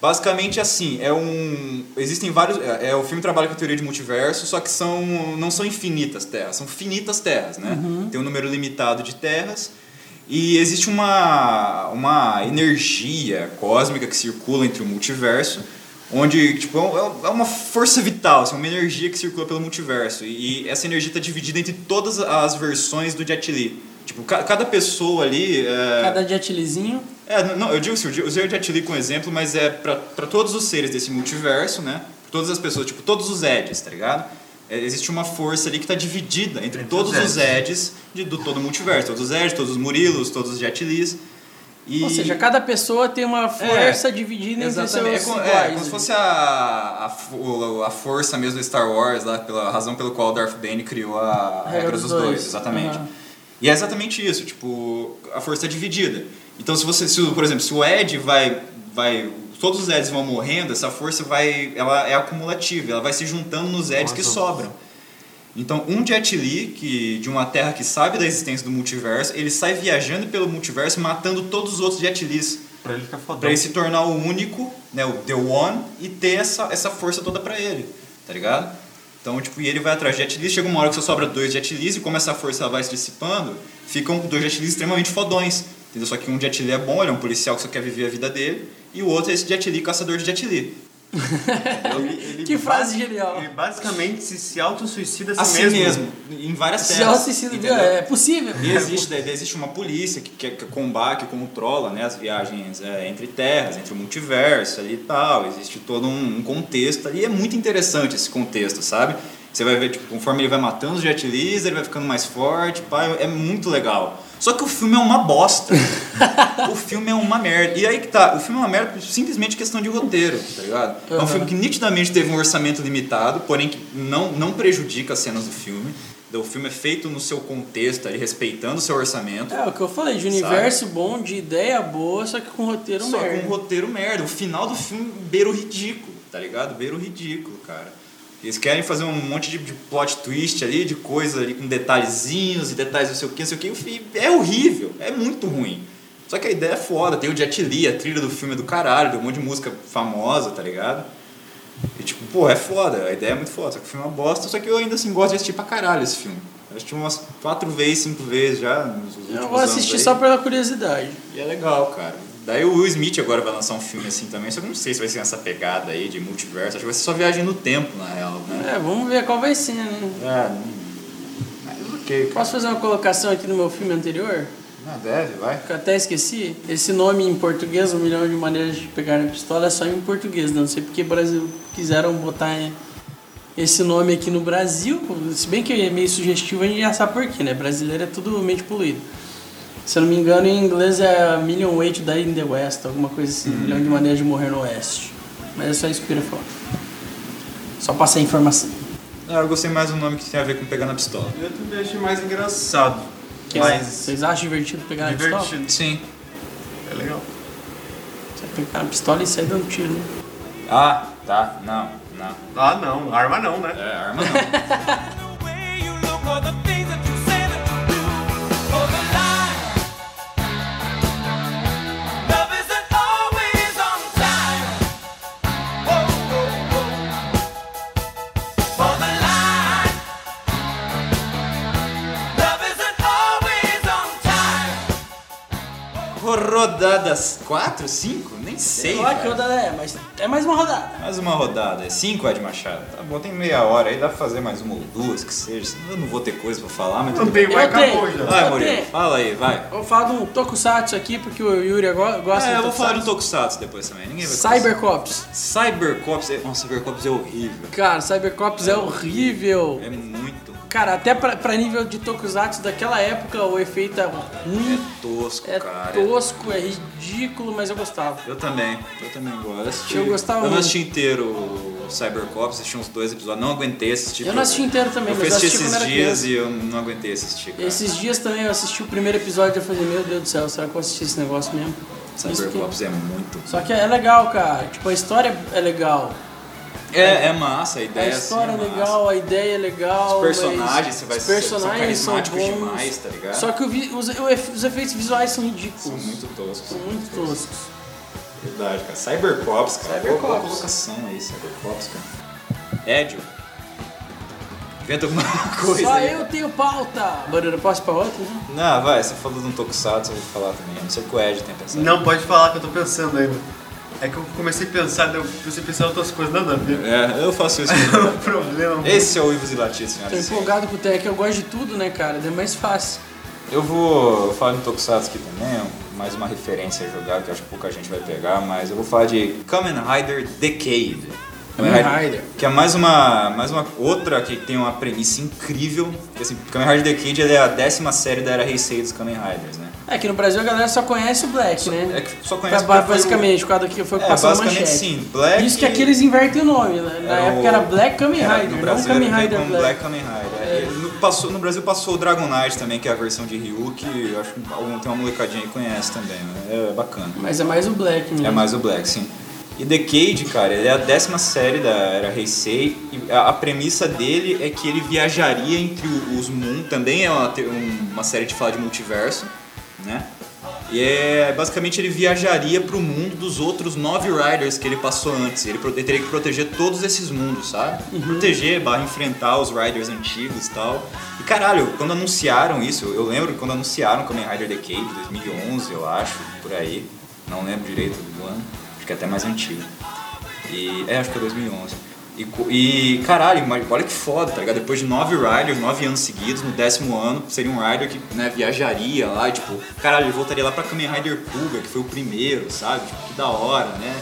Speaker 2: Basicamente assim, é um. Existem vários. É, é, o filme trabalha com a teoria de multiverso, só que são, não são infinitas terras, são finitas terras, né? Tem um número limitado de terras. E existe uma, uma energia cósmica que circula entre o multiverso, Onde, tipo, é um- é uma força vital, assim, uma energia que circula pelo multiverso. E essa energia está dividida entre todas as versões do Jet Li. Tipo, ca- cada pessoa ali... é,
Speaker 3: Cada jetlizinho.
Speaker 2: é, n- não, eu digo assim, eu di- usei o Jet Li como exemplo, mas é pra, pra todos os seres desse multiverso, né? Todas as pessoas, tipo, todos os Eds, tá ligado? É, existe uma força ali que tá dividida entre, todos
Speaker 4: os
Speaker 2: os Eds de, do todo o multiverso. Todos os Eds, todos os Murilos, todos os Jet Lis. E... É.
Speaker 3: Ou seja, cada pessoa tem uma força dividida entre seus
Speaker 2: Exatamente. É como, é,
Speaker 3: iguais. né?
Speaker 2: como se fosse a, a, fo- o- a força mesmo do Star Wars, lá, pela razão pelo qual o Darth Bane criou a regra, dos dois. exatamente.
Speaker 3: É, Aham.
Speaker 2: E é exatamente isso, tipo, a força é dividida. Então, se você, se, o- por exemplo, se o Ed vai, vai, todos os Eds vão morrendo, essa força vai, ela é acumulativa, ela vai se juntando nos Eds que sobram. Então, um Jet Li, que, de uma terra que sabe da existência do multiverso, ele sai viajando pelo multiverso, matando todos os outros Jet Lis.
Speaker 4: Pra ele ficar fodão.
Speaker 2: Pra ele se tornar o único, né, o The One, e ter essa, essa força toda pra ele, tá ligado? Então, tipo, e ele vai atrás de Jet Li, chega uma hora que só sobra dois Jet Lis, e como essa força ela vai se dissipando, ficam dois Jet Lis extremamente fodões, entendeu? Só que um Jet Li é bom, ele é um policial que só quer viver a vida dele, e o outro é esse Jet Li, caçador de Jet Li.
Speaker 4: Ele- ele
Speaker 3: Que frase
Speaker 4: basi-
Speaker 3: genial.
Speaker 4: Ele basicamente se, se autossuicida a si
Speaker 2: Assim
Speaker 4: mesmo.
Speaker 2: mesmo, em várias
Speaker 3: Se ela
Speaker 2: terras.
Speaker 3: se sinta-
Speaker 2: entendeu?
Speaker 3: é, é possível.
Speaker 2: E existe, daí existe uma polícia que, que, que combate, que controla né, as viagens é, entre terras, entre o multiverso ali e tal. Existe todo um, um contexto ali. É muito interessante esse contexto, sabe? Você vai ver, tipo, conforme ele vai matando os Jet Lis, ele vai ficando mais forte, pá, é muito legal. Só que o filme é uma bosta. o filme é uma merda. E aí que tá, o filme é uma merda por simplesmente questão de roteiro, tá ligado? É um
Speaker 3: Aham.
Speaker 2: filme que nitidamente teve um orçamento limitado, porém que não, não prejudica as cenas do filme. O filme é feito no seu contexto, ali, respeitando o seu orçamento.
Speaker 3: É o que eu falei, de universo bom, de ideia boa, só que com roteiro
Speaker 2: Só
Speaker 3: merda.
Speaker 2: com um roteiro merda. O final do filme beira o ridículo, tá ligado? Beira o ridículo, cara. Eles querem fazer um monte de, de plot twist ali, de coisa ali com detalhezinhos e detalhes não sei o que, não sei o que. É horrível, é muito ruim. Só que a ideia é foda. Tem o Jet Li, a trilha do filme é do caralho, tem um monte de música famosa, tá ligado? E tipo, pô, é foda, a ideia é muito foda, só que o filme é uma bosta, só que eu ainda assim gosto de assistir pra caralho esse filme. Eu assisti umas quatro vezes, cinco vezes já nos últimos
Speaker 3: Eu vou assistir
Speaker 2: anos aí.
Speaker 3: só pela curiosidade.
Speaker 2: E é legal, cara. Daí o Will Smith agora vai lançar um filme assim também, só que eu não sei se vai ser nessa pegada aí de multiverso. Acho que vai ser só viagem no tempo, na real, né?
Speaker 3: É, vamos ver qual vai ser, né?
Speaker 2: É, não- mas É. ok, cara.
Speaker 3: Posso fazer uma colocação aqui no meu filme anterior?
Speaker 2: Não, deve, vai.
Speaker 3: Que eu até esqueci. Esse nome em português, um milhão de maneiras de pegar a pistola, é só em português. né? Não sei porque Brasil quiseram botar eh, esse nome aqui no Brasil. Se bem que é meio sugestivo, a gente já sabe por quê, né? Brasileiro é tudo mente poluído. Se eu não me engano, em inglês é Million Way to Die in the West, alguma coisa assim.
Speaker 4: Uhum.
Speaker 3: Milhão de maneiras de morrer no Oeste. Mas é só isso que eu queria falar. Só passar a informação.
Speaker 2: Não, Ah, eu gostei mais do nome que tem a ver com pegar na pistola.
Speaker 4: Eu também achei mais engraçado.
Speaker 3: Que assim, né?
Speaker 4: mas
Speaker 3: Vocês acham divertido pegar a pistola?
Speaker 4: divertido.
Speaker 2: Sim.
Speaker 4: É legal.
Speaker 3: Você pegar a pistola e sair dando tiro, né?
Speaker 2: Ah, tá. Não, não.
Speaker 4: Ah, não. Arma não, né?
Speaker 2: É, arma não. Rodadas 4, 5? Nem sei.
Speaker 3: Sei lá que
Speaker 2: cara.
Speaker 3: rodada é, mas é mais uma rodada.
Speaker 2: Mais uma rodada, é 5 Ed Machado. Tá bom, tem meia hora aí, dá pra fazer mais uma ou duas, que seja. senão Eu não vou ter coisa pra falar, mas
Speaker 4: Não
Speaker 2: tudo
Speaker 4: tem
Speaker 2: bem.
Speaker 4: mais,
Speaker 3: Eu tenho.
Speaker 4: acabou já.
Speaker 2: Vai,
Speaker 3: Eu
Speaker 2: Murilo,
Speaker 3: tenho.
Speaker 2: fala aí, vai.
Speaker 3: Eu Vou falar de um Tokusatsu aqui, porque o Yuri agora gosta
Speaker 2: É,
Speaker 3: de
Speaker 2: eu vou falar do Tokusatsu depois também. Ninguém vai
Speaker 3: Cybercops.
Speaker 2: Cybercops, é, nossa, Cybercops é horrível.
Speaker 3: Cara, Cybercops é horrível.
Speaker 2: É muito
Speaker 3: Cara, até pra, pra nível de Tokusatsu daquela época, o efeito é ruim,
Speaker 2: tosco,
Speaker 3: é
Speaker 2: cara.
Speaker 3: tosco, é ridículo, mas eu gostava.
Speaker 2: Eu também, eu também gosto. assisti-
Speaker 3: Eu gostava
Speaker 2: Eu não
Speaker 3: muito.
Speaker 2: assisti inteiro o Cybercops, assisti uns dois episódios, não aguentei assistir.
Speaker 3: Eu não assisti inteiro também,
Speaker 2: Eu
Speaker 3: mas
Speaker 2: fui
Speaker 3: eu
Speaker 2: assistir
Speaker 3: assisti quando
Speaker 2: esses
Speaker 3: era
Speaker 2: dias
Speaker 3: criança.
Speaker 2: e eu não aguentei assistir, cara.
Speaker 3: Esses dias também eu assisti o primeiro episódio e eu falei, meu Deus do céu, será que eu assisti esse negócio mesmo? Isso que-
Speaker 2: Cybercops é muito...
Speaker 3: Só que é legal, cara. Tipo, a história é legal.
Speaker 2: É, é massa a ideia.
Speaker 3: A história
Speaker 2: assim,
Speaker 3: é
Speaker 2: massa.
Speaker 3: legal, a ideia é legal.
Speaker 2: Os personagens, você
Speaker 3: mas
Speaker 2: vai-
Speaker 3: os
Speaker 2: são-
Speaker 3: personagens
Speaker 2: são carismáticos
Speaker 3: são bons,
Speaker 2: demais, tá ligado?
Speaker 3: Só que o vi- os, o efe- os efeitos visuais são ridículos.
Speaker 2: São muito toscos.
Speaker 3: São muito toscos.
Speaker 2: Verdade, cara. Cybercops, cara. Cybercops. Boa,
Speaker 3: Cybercops.
Speaker 2: colocação aí, Cybercops, cara. Edio. Inventa alguma coisa
Speaker 3: Só
Speaker 2: aí.
Speaker 3: eu tenho pauta! Barulho, posso ir pra outra? né?
Speaker 2: Não, vai, você falou de um Tokusatsu, eu vou falar também. Eu não sei o que o Ed tem pensado.
Speaker 4: Não, pode falar que eu tô pensando ainda. É que eu comecei a pensar, daí eu comecei a pensar em outras coisas nada a ver.
Speaker 2: É, eu faço isso.
Speaker 4: É um problema.
Speaker 2: Esse é o Ivos e Latir,
Speaker 3: Tô
Speaker 2: senhoras.
Speaker 3: empolgado com o Tech, eu gosto de tudo, né, cara? Daí É mais fácil.
Speaker 2: Eu vou falar de Tokusatsu aqui também, mais uma referência jogada que eu acho que pouca gente vai pegar, mas eu vou falar de Kamen Rider Decade.
Speaker 3: Kamen Rider.
Speaker 2: Que é mais uma, mais uma outra que tem uma premissa incrível. Que, assim, Kamen Rider Decade ele é a décima série da era Heisei dos Kamen Riders, né?
Speaker 3: É, aqui no Brasil a galera só conhece o Black, né?
Speaker 2: é que só conhece
Speaker 3: Ba- ba-
Speaker 2: porque foi o-
Speaker 3: Basicamente, por causa do que foi
Speaker 2: É,
Speaker 3: passando
Speaker 2: basicamente
Speaker 3: manchete.
Speaker 2: sim, Black-
Speaker 3: Isso que aqui eles invertem o nome, né? Na
Speaker 2: É,
Speaker 3: época
Speaker 2: o-
Speaker 3: era Black Kamen
Speaker 2: era-
Speaker 3: Rider,
Speaker 2: no
Speaker 3: não
Speaker 2: Brasil
Speaker 3: Kamen
Speaker 2: era feito
Speaker 3: Rider
Speaker 2: como
Speaker 3: Black.
Speaker 2: Black Kamen Rider. É, No, passou- no Brasil passou o Dragon Knight também, que é a versão de Ryu, que eu acho que algum- tem uma molecadinha aí que conhece também, né? É bacana.
Speaker 3: Mas é mais o Black mesmo.
Speaker 2: É mais o Black, sim. E Decade, cara, ele é a décima série da era Heisei. E a, a premissa dele é que ele viajaria entre o- os mundos. Também é uma, te- um- uma série de fala de multiverso, né? E é, basicamente ele viajaria pro mundo dos outros nove Riders que ele passou antes. Ele, pro- ele teria que proteger todos esses mundos, sabe? Proteger, barra enfrentar os Riders antigos e tal. E caralho, quando anunciaram isso, eu lembro quando anunciaram Kamen Rider Decade, 2011, eu acho, por aí. Não lembro direito do ano, acho que é até mais antigo. E, é, acho que é 2011. E, co- e caralho, mas olha que foda, tá ligado? Depois de nove Riders, nove anos seguidos, no décimo ano, seria um Rider que né, viajaria lá, tipo, caralho, ele voltaria lá pra Kamen Rider Puga, que foi o primeiro, sabe? Tipo, que da hora, né?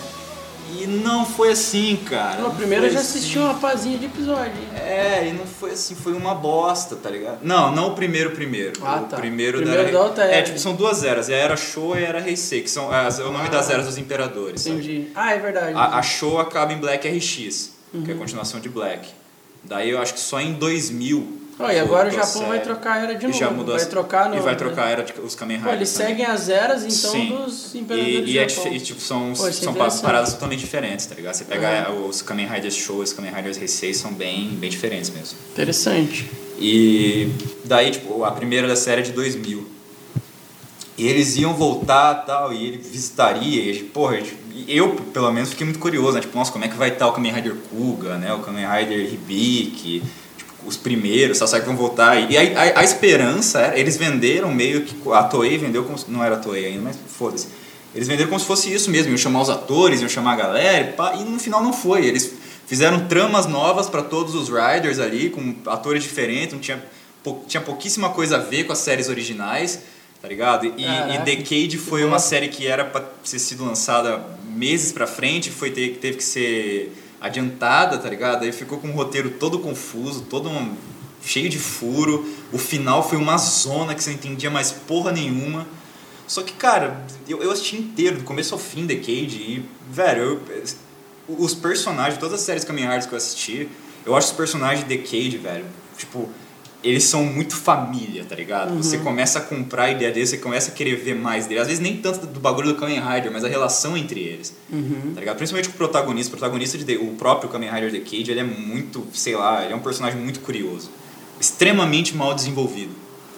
Speaker 2: E não foi assim, cara.
Speaker 3: No
Speaker 2: não
Speaker 3: primeiro eu
Speaker 2: foi
Speaker 3: já
Speaker 2: assim.
Speaker 3: assisti uma rapazinha de episódio. hein?
Speaker 2: É, e não foi assim, foi uma bosta, tá ligado? Não, não o primeiro primeiro.
Speaker 3: Ah,
Speaker 2: o
Speaker 3: tá.
Speaker 2: primeiro,
Speaker 3: Primeiro
Speaker 2: da era...
Speaker 3: da outra
Speaker 2: É,
Speaker 3: era.
Speaker 2: tipo, são duas eras, é a era Showa e a era Heisei, que são as- é o nome das eras dos imperadores. sabe?
Speaker 3: Ah, Entendi. Ah, é verdade.
Speaker 2: A, a show acaba em Black RX, que
Speaker 3: Uhum.
Speaker 2: é a continuação de Black. Daí eu acho que só em 2000.
Speaker 3: Ó, e agora
Speaker 2: voltou a
Speaker 3: o Japão
Speaker 2: série.
Speaker 3: vai trocar a era de
Speaker 2: E
Speaker 3: novo.
Speaker 2: já mudou
Speaker 3: vai
Speaker 2: a-
Speaker 3: trocar no...
Speaker 2: E vai trocar a era de os Kamen
Speaker 3: Pô,
Speaker 2: Riders.
Speaker 3: eles
Speaker 2: também.
Speaker 3: seguem as eras, então,
Speaker 2: né? Sim.
Speaker 3: dos
Speaker 2: E,
Speaker 3: imperadores
Speaker 2: e, é
Speaker 3: do Japão.
Speaker 2: dif- e, tipo, são,
Speaker 3: Pô, isso é
Speaker 2: são pa-
Speaker 3: interessante. É.
Speaker 2: paradas totalmente diferentes, tá ligado? Você pega os Kamen Riders Show, os Kamen Riders Heisei são bem, bem diferentes mesmo.
Speaker 3: Interessante.
Speaker 2: E daí, tipo, a primeira da série é de 2000. E eles iam voltar tal, e ele visitaria, e, porra, tipo, eu pelo menos fiquei muito curioso, né? Tipo, nossa, como é que vai estar o Kamen Rider Kuga, né? O Kamen Rider Hibiki, tipo, os primeiros, só sabe que vão voltar. E a, a, a esperança era, eles venderam meio que. A Toei vendeu como. se- Não era a Toei ainda, mas foda-se. Eles venderam como se fosse isso mesmo, iam chamar os atores, iam chamar a galera, e, pá, e no final não foi. Eles fizeram tramas novas pra todos os Riders ali, com atores diferentes, não tinha, pou- tinha pouquíssima coisa a ver com as séries originais, tá ligado? E, e
Speaker 3: Caraca.
Speaker 2: Decade foi uma série que era pra ter sido lançada meses pra frente, foi ter, teve que ser adiantada, tá ligado? Aí ficou com o roteiro todo confuso, todo um- cheio de furo. O final foi uma zona que você não entendia mais porra nenhuma. Só que, cara, eu, eu assisti inteiro, do começo ao fim Decade e, velho, eu- os personagens, todas as séries Kamen Riders que eu assisti, eu acho os personagens de Decade, velho, tipo, eles são muito família, tá ligado? Você começa a comprar a ideia deles, você começa a querer ver mais deles. Às vezes nem tanto do bagulho do Kamen Rider, mas a relação entre eles, tá ligado? Principalmente com o protagonista, o protagonista, de, The- o próprio Kamen Rider Decade, ele é muito, sei lá, ele é um personagem muito curioso. Extremamente mal desenvolvido.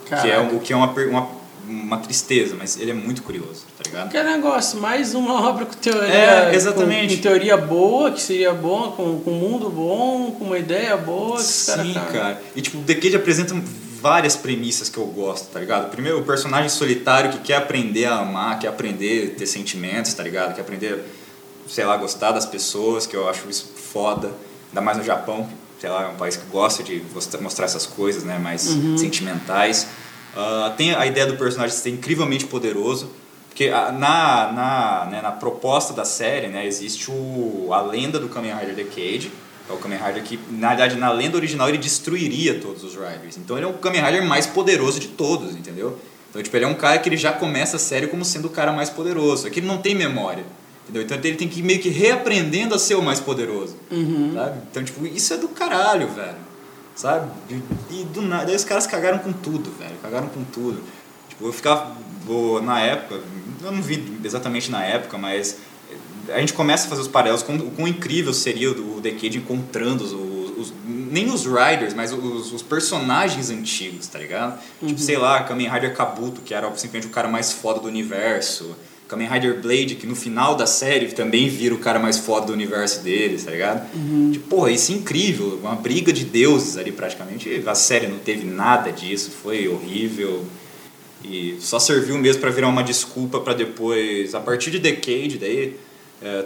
Speaker 2: Que é,
Speaker 3: Caraca.
Speaker 2: o que é uma, per- uma, uma tristeza, mas ele é muito curioso, tá ligado?
Speaker 3: Que negócio, mais uma obra com teoria.
Speaker 2: É, exatamente.
Speaker 3: Com, com teoria boa, que seria bom, com, com um mundo bom, com uma ideia boa. que os
Speaker 2: Sim,
Speaker 3: tá-
Speaker 2: cara. E tipo, o The Cage apresenta várias premissas que eu gosto, tá ligado? Primeiro, o personagem solitário que quer aprender a amar, quer aprender a ter sentimentos, tá ligado? Quer aprender, sei lá, gostar das pessoas, que eu acho isso foda. Ainda mais no Japão, que, sei lá, é um país que gosta de mostra- mostrar essas coisas, né? Mais sentimentais. Ah, tem a ideia do personagem ser incrivelmente poderoso. Porque a- na, na, né, na proposta da série, né, existe o, a lenda do Kamen Rider Decade. É o Kamen Rider que, na verdade, na lenda original ele destruiria todos os Riders. Então ele é o Kamen Rider mais poderoso de todos, entendeu? Então, tipo, ele é um cara que ele já começa a série como sendo o cara mais poderoso. É que ele não tem memória. Entendeu? Então ele tem que ir meio que reaprendendo a ser o mais poderoso. Sabe? Então, tipo, isso é do caralho, velho sabe? E, e do nada, aí os caras cagaram com tudo, velho, cagaram com tudo. Tipo, eu ficava, vou- na época, eu não vi exatamente na época, mas a gente começa a fazer os paralelos, com o quão incrível seria o The Kid encontrando os, os- nem os Riders, mas os, os personagens antigos, tá ligado? Tipo, sei lá, Kamen Rider Kabuto, que era simplesmente o cara mais foda do universo. Kamen Rider Blade, que no final da série também vira o cara mais foda do universo deles, tá ligado? Tipo, porra, isso é incrível, uma briga de deuses ali praticamente. A série não teve nada disso, foi horrível. E só serviu mesmo pra virar uma desculpa pra depois, a partir de Decade, daí é,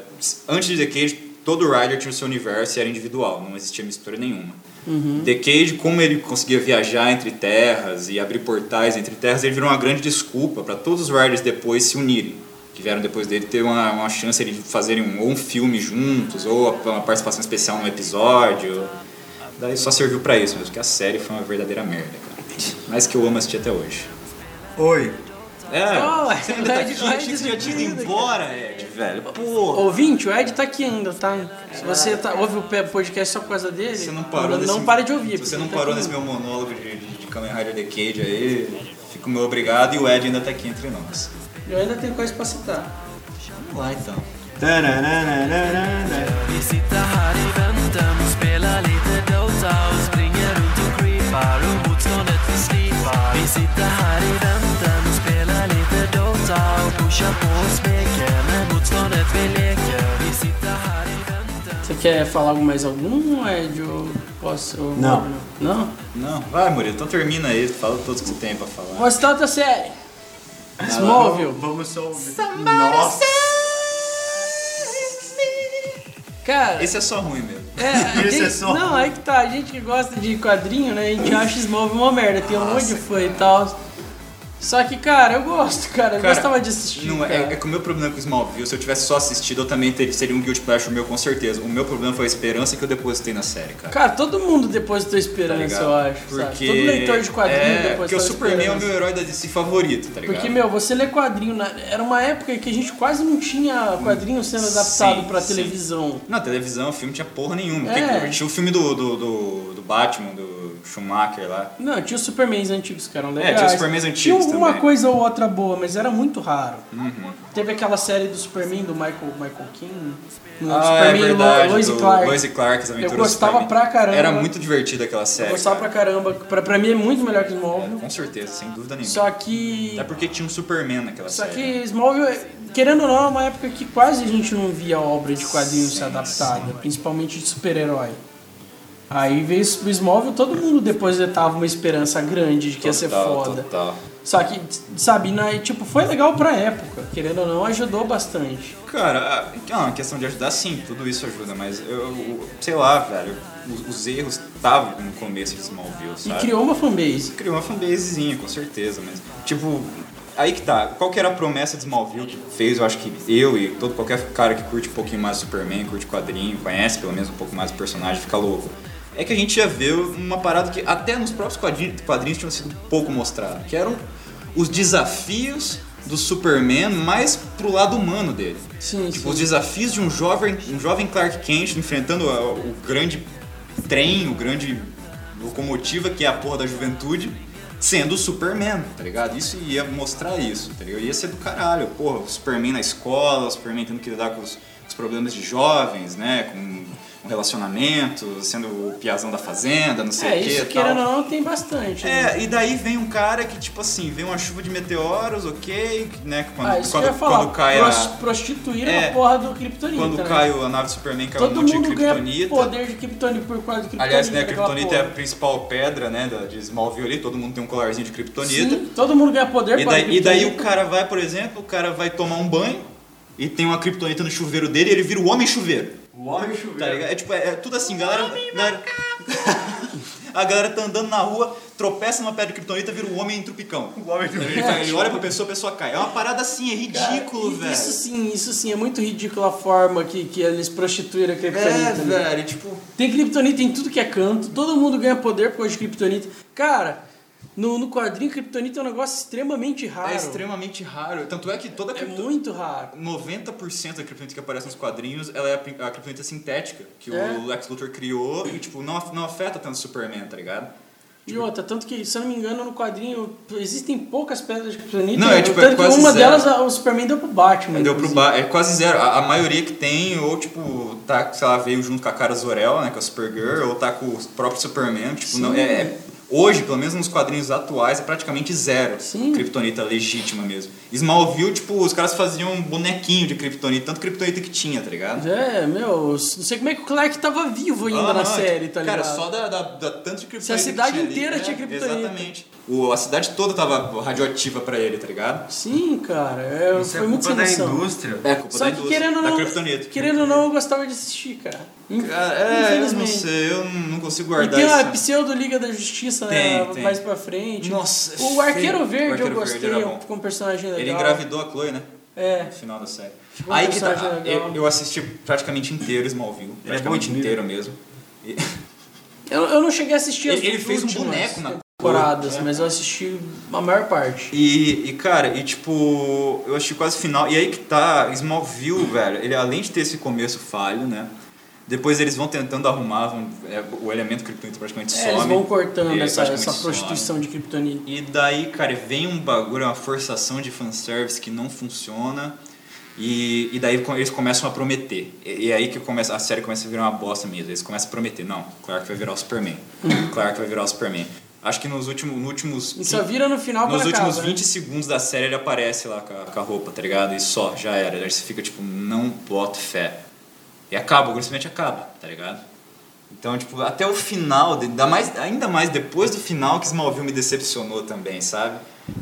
Speaker 2: antes de The Cage, todo Rider tinha o seu universo e era individual, não existia mistura nenhuma.
Speaker 3: Uhum.
Speaker 2: The Cage, como ele conseguia viajar entre terras e abrir portais entre terras, ele virou uma grande desculpa para todos os Riders depois se unirem. Que vieram depois dele ter uma, uma chance de fazerem um, ou um filme juntos, ou uma participação especial num episódio. Daí só serviu para isso mesmo, porque a série foi uma verdadeira merda, cara. Mas que eu amo assistir até hoje.
Speaker 4: Oi.
Speaker 2: É,
Speaker 3: Oh,
Speaker 2: você ainda tá aqui,
Speaker 3: vai
Speaker 2: achei que você já tinha
Speaker 3: desistindo,
Speaker 2: ido embora, Ed, velho. Porra.
Speaker 3: Ouvinte, o Ed tá aqui ainda, tá? Se você tá- ouve o pe- podcast só por causa dele,
Speaker 2: É, Você não parou
Speaker 3: não,
Speaker 2: nesse...
Speaker 3: não para de ouvir.
Speaker 2: Se
Speaker 3: porque
Speaker 2: você não
Speaker 3: ele tá
Speaker 2: parou
Speaker 3: aqui.
Speaker 2: nesse meu monólogo de, de, de Kamen Rider The Cage aí, fica o meu obrigado e o Ed ainda tá aqui entre nós.
Speaker 3: Eu ainda tenho coisa pra citar.
Speaker 2: Vamos lá então.
Speaker 4: Tananana.
Speaker 7: Vi sitter här i väntan och spelar lite Dota och springer runt och creepar och motståndet vi slipar. Vi sitter här i väntan och spelar lite Dota och pushar på och smeker med motståndet vi leker. Vi sitter här i väntan
Speaker 3: Você quer falar mais algum, Ed? Ou posso. ou-
Speaker 4: Não.
Speaker 3: Não?
Speaker 2: Não, vai Murilo, então termina aí, fala todos que você tem pra falar.
Speaker 3: Vou citar outra série. Smallville.
Speaker 4: Vamos só ouvir. Nossa.
Speaker 3: Cara,
Speaker 2: Esse é só ruim mesmo.
Speaker 3: é, a
Speaker 4: esse
Speaker 3: gente-
Speaker 4: é só-
Speaker 3: Não, aí que tá. A gente que gosta de quadrinho, né? A gente acha Smallville uma merda. Tem um monte de fã e tal. Só que, cara, eu gosto, cara. Eu
Speaker 2: Cara,
Speaker 3: gostava de assistir.
Speaker 2: Não,
Speaker 3: cara.
Speaker 2: é, é que o meu problema com o Smallville, se eu tivesse só assistido, eu também teria, seria um guilty pleasure meu com certeza. O meu problema foi a esperança que eu depositei na série, cara. Tá
Speaker 3: Cara, todo mundo depositou esperança,
Speaker 2: ligado?
Speaker 3: eu acho. sabe?
Speaker 2: Porque
Speaker 3: Todo leitor de quadrinho
Speaker 2: é,
Speaker 3: depositou
Speaker 2: Porque o Superman é o
Speaker 3: esperança.
Speaker 2: meu herói da DC favorito, tá ligado?
Speaker 3: Porque, meu, você lê quadrinho. na- Era uma época que a gente quase não tinha quadrinho sendo adaptado
Speaker 2: Sim,
Speaker 3: pra
Speaker 2: sim.
Speaker 3: televisão.
Speaker 2: Na televisão, filme tinha porra nenhuma.
Speaker 3: É.
Speaker 2: Tem- tinha o filme do, do, do, do Batman, do Schumacher lá.
Speaker 3: Não, tinha os Supermans antigos que eram legais.
Speaker 2: É, tinha os Supermans
Speaker 3: Tinha
Speaker 2: antigos
Speaker 3: alguma
Speaker 2: também. Uhum.
Speaker 3: coisa ou outra boa, mas era muito raro. Teve aquela série do Superman, do Michael, Michael King. No Superman, Lo- é Lois e
Speaker 2: Ah, é do
Speaker 3: Clark.
Speaker 2: Lois e Clark, as aventuras
Speaker 3: Eu gostava
Speaker 2: do Superman.
Speaker 3: pra caramba.
Speaker 2: Era muito divertida aquela série.
Speaker 3: Eu gostava pra
Speaker 2: cara.
Speaker 3: caramba. Pra, pra mim é muito melhor que Smallville.
Speaker 2: Com certeza, sem dúvida nenhuma.
Speaker 3: Só que...
Speaker 2: Até porque tinha um Superman naquela
Speaker 3: Só
Speaker 2: série. né?
Speaker 3: que Smallville, querendo ou não, é uma época que quase a gente não via obra de quadrinho ser adaptada, principalmente de super-herói. Aí veio o Smallville, todo mundo depositava uma esperança grande de que ia ser
Speaker 2: Total,
Speaker 3: foda.
Speaker 2: Total.
Speaker 3: Só que, sabe, na, tipo, foi legal pra época, querendo ou não, ajudou bastante.
Speaker 2: Cara, a ah, a questão de ajudar, sim, tudo isso ajuda, mas eu, eu- sei lá, velho, os, os erros estavam no começo de Smallville,
Speaker 3: E
Speaker 2: sabe?
Speaker 3: criou uma fanbase.
Speaker 2: criou uma fanbasezinha, com certeza, mas tipo, aí que tá, qual que era a promessa de Smallville que fez, eu acho que eu e todo qualquer cara que curte um pouquinho mais Superman, curte quadrinho, conhece pelo menos um pouco mais o personagem, fica louco. É que a gente ia ver uma parada que até nos próprios quadrinhos, quadrinhos tinham sido pouco mostrado, que eram os desafios do Superman mais pro lado humano dele.
Speaker 3: Sim,
Speaker 2: Tipo,
Speaker 3: sim.
Speaker 2: os desafios de um jovem, um jovem Clark Kent enfrentando a- o grande trem, o grande locomotiva que é a porra da juventude, sendo o Superman, tá ligado? Isso ia mostrar isso, tá ligado? Ia ser do caralho, porra, o Superman na escola, o Superman tendo que lidar com os, os problemas de jovens, né? Com um relacionamento, sendo o piazão da fazenda, não sei
Speaker 3: É,
Speaker 2: o que
Speaker 3: isso,
Speaker 2: tal.
Speaker 3: querendo ou não, tem bastante. né?
Speaker 2: É, e daí vem um cara que, tipo assim, vem uma chuva de meteoros, ok, né? Quando,
Speaker 3: ah, isso
Speaker 2: quando,
Speaker 3: que eu ia falar.
Speaker 2: quando cai a-
Speaker 3: pros- Prostituir
Speaker 2: É,
Speaker 3: a porra do Kryptonita.
Speaker 2: quando
Speaker 3: né?
Speaker 2: caiu a nave do Superman, caiu
Speaker 3: Todo
Speaker 2: um monte de
Speaker 3: mundo ganha
Speaker 2: criptonita.
Speaker 3: poder de Kryptonita por causa do Kryptonita.
Speaker 2: Aliás, né, a
Speaker 3: daquela
Speaker 2: criptonita é
Speaker 3: porra.
Speaker 2: a principal pedra, né, da- de Smallville ali, todo mundo tem um colarzinho de criptonita.
Speaker 3: Sim, é todo mundo ganha poder
Speaker 2: E
Speaker 3: por causa
Speaker 2: daí, e daí o
Speaker 3: Kryptonita.
Speaker 2: cara vai, por exemplo, o cara vai tomar um banho e tem uma criptonita no chuveiro dele e ele vira o homem chuveiro.
Speaker 4: O homem
Speaker 2: Tá
Speaker 4: choveu.
Speaker 2: ligado? É tipo, é, é tudo assim, galera. galera- a galera tá andando na rua, tropeça numa pedra de criptonita, vira o homem entrupicão.
Speaker 4: O homem
Speaker 3: É.
Speaker 4: choveu.
Speaker 2: Ele olha pra pessoa, a pessoa cai. É uma parada assim, é ridículo, velho.
Speaker 3: Isso sim, isso sim, é muito ridícula a forma que, que eles prostituíram a
Speaker 2: é,
Speaker 3: Kryptonita. né?
Speaker 2: velho, tipo.
Speaker 3: Tem Kryptonita em tudo que é canto, todo mundo ganha poder por causa de Kryptonita. Cara, no, no quadrinho, Kryptonita é um negócio extremamente raro.
Speaker 2: É extremamente raro. Tanto é que toda
Speaker 3: É
Speaker 2: criptonita.
Speaker 3: muito raro.
Speaker 2: 90% da criptonita que aparece nos quadrinhos ela é a pri- a criptonita sintética, que
Speaker 3: É.
Speaker 2: o Lex Luthor criou e, tipo, não, af- não afeta tanto o Superman, tá ligado?
Speaker 3: E outra, tanto que, se eu não me engano, no quadrinho existem poucas pedras de Kryptonita.
Speaker 2: Não, é tipo, é
Speaker 3: tanto
Speaker 2: quase
Speaker 3: que uma
Speaker 2: zero.
Speaker 3: delas a- o Superman deu pro Batman.
Speaker 2: Deu pro
Speaker 3: inclusive.
Speaker 2: ba é quase zero. A, a maioria que tem, ou, tipo, tá, sei lá, veio junto com a cara Zorel, né, com a Supergirl, ou tá com o próprio Superman, tipo, não é... é- Hoje, pelo menos nos quadrinhos atuais, é praticamente zero
Speaker 3: Sim.
Speaker 2: criptonita legítima mesmo. Smallville, tipo, os caras faziam um bonequinho de criptonita, tanto criptonita que tinha, tá ligado?
Speaker 3: É, meu, não sei como é que o Clark tava vivo ainda
Speaker 2: Ah,
Speaker 3: na
Speaker 2: não,
Speaker 3: série, tá
Speaker 2: cara,
Speaker 3: ligado?
Speaker 2: só da, da, da tanto de criptonita.
Speaker 3: cidade
Speaker 2: que tinha ali,
Speaker 3: inteira
Speaker 2: né?
Speaker 3: tinha criptonita.
Speaker 2: Exatamente. O, a cidade toda tava radioativa pra ele, tá ligado?
Speaker 3: Sim, cara. Eu,
Speaker 4: Isso é
Speaker 3: foi muito
Speaker 4: culpa
Speaker 3: sem
Speaker 4: da
Speaker 3: noção.
Speaker 4: indústria.
Speaker 2: É, culpa
Speaker 3: Só
Speaker 2: da
Speaker 3: que
Speaker 2: indústria,
Speaker 3: querendo ou
Speaker 2: da
Speaker 3: não.
Speaker 2: criptonita.
Speaker 3: Querendo ou não, eu gostava de assistir, cara. Inf-
Speaker 2: Ah, É, eu não
Speaker 3: Infelizmente.
Speaker 2: sei, eu não não consigo
Speaker 3: E
Speaker 2: guardar
Speaker 3: tem um uma
Speaker 2: isso.
Speaker 3: pseudo-liga da justiça
Speaker 2: Tem,
Speaker 3: né,
Speaker 2: tem.
Speaker 3: mais pra frente.
Speaker 2: Nossa, é
Speaker 3: o
Speaker 2: feio. O
Speaker 3: Arqueiro Verde eu
Speaker 2: Arqueiro Verde
Speaker 3: gostei,
Speaker 2: era bom.
Speaker 3: com um personagem legal.
Speaker 2: Ele engravidou a Chloe, né?
Speaker 3: É.
Speaker 2: No final da série.
Speaker 3: Ficou um
Speaker 2: Aí que tá.
Speaker 3: personagem legal.
Speaker 2: Eu, eu assisti praticamente inteiro Smallville.
Speaker 4: é
Speaker 2: Praticamente
Speaker 4: bonito.
Speaker 2: inteiro mesmo. E-
Speaker 3: Eu, eu não cheguei a assistir as
Speaker 2: Ele- ele fez um
Speaker 3: últimas
Speaker 2: boneco na-
Speaker 3: temporadas, mas eu assisti a maior parte.
Speaker 2: E, e, cara, e tipo, eu achei quase final. E aí que tá, Smallville, velho, ele além de ter esse começo falho, né? Depois eles vão tentando arrumar, vão- é, o elemento criptonita praticamente
Speaker 3: É,
Speaker 2: some.
Speaker 3: eles vão
Speaker 2: e
Speaker 3: cortando
Speaker 2: ele
Speaker 3: essa,
Speaker 2: praticamente
Speaker 3: essa
Speaker 2: some.
Speaker 3: prostituição de criptonita.
Speaker 2: E daí, cara, vem um bagulho, uma forçação de fanservice que não funciona. E, e daí co- eles começam a prometer. E, e aí que começa, a série começa a virar uma bosta mesmo. Eles começam a prometer. Não, Clark vai virar o Superman. Clark vai virar o Superman. Acho que nos últimos, nos últimos
Speaker 3: E Uhum. só vira no final
Speaker 2: nos
Speaker 3: quando
Speaker 2: últimos
Speaker 3: acaba, né?
Speaker 2: 20 segundos da série ele aparece lá com a, com a roupa, tá ligado? E só, já era. Aí você fica tipo, não boto fé. E acaba, simplesmente acaba, tá ligado? Então, tipo, até o final, de- ainda mais, ainda mais depois do final que Smallville me decepcionou também, sabe?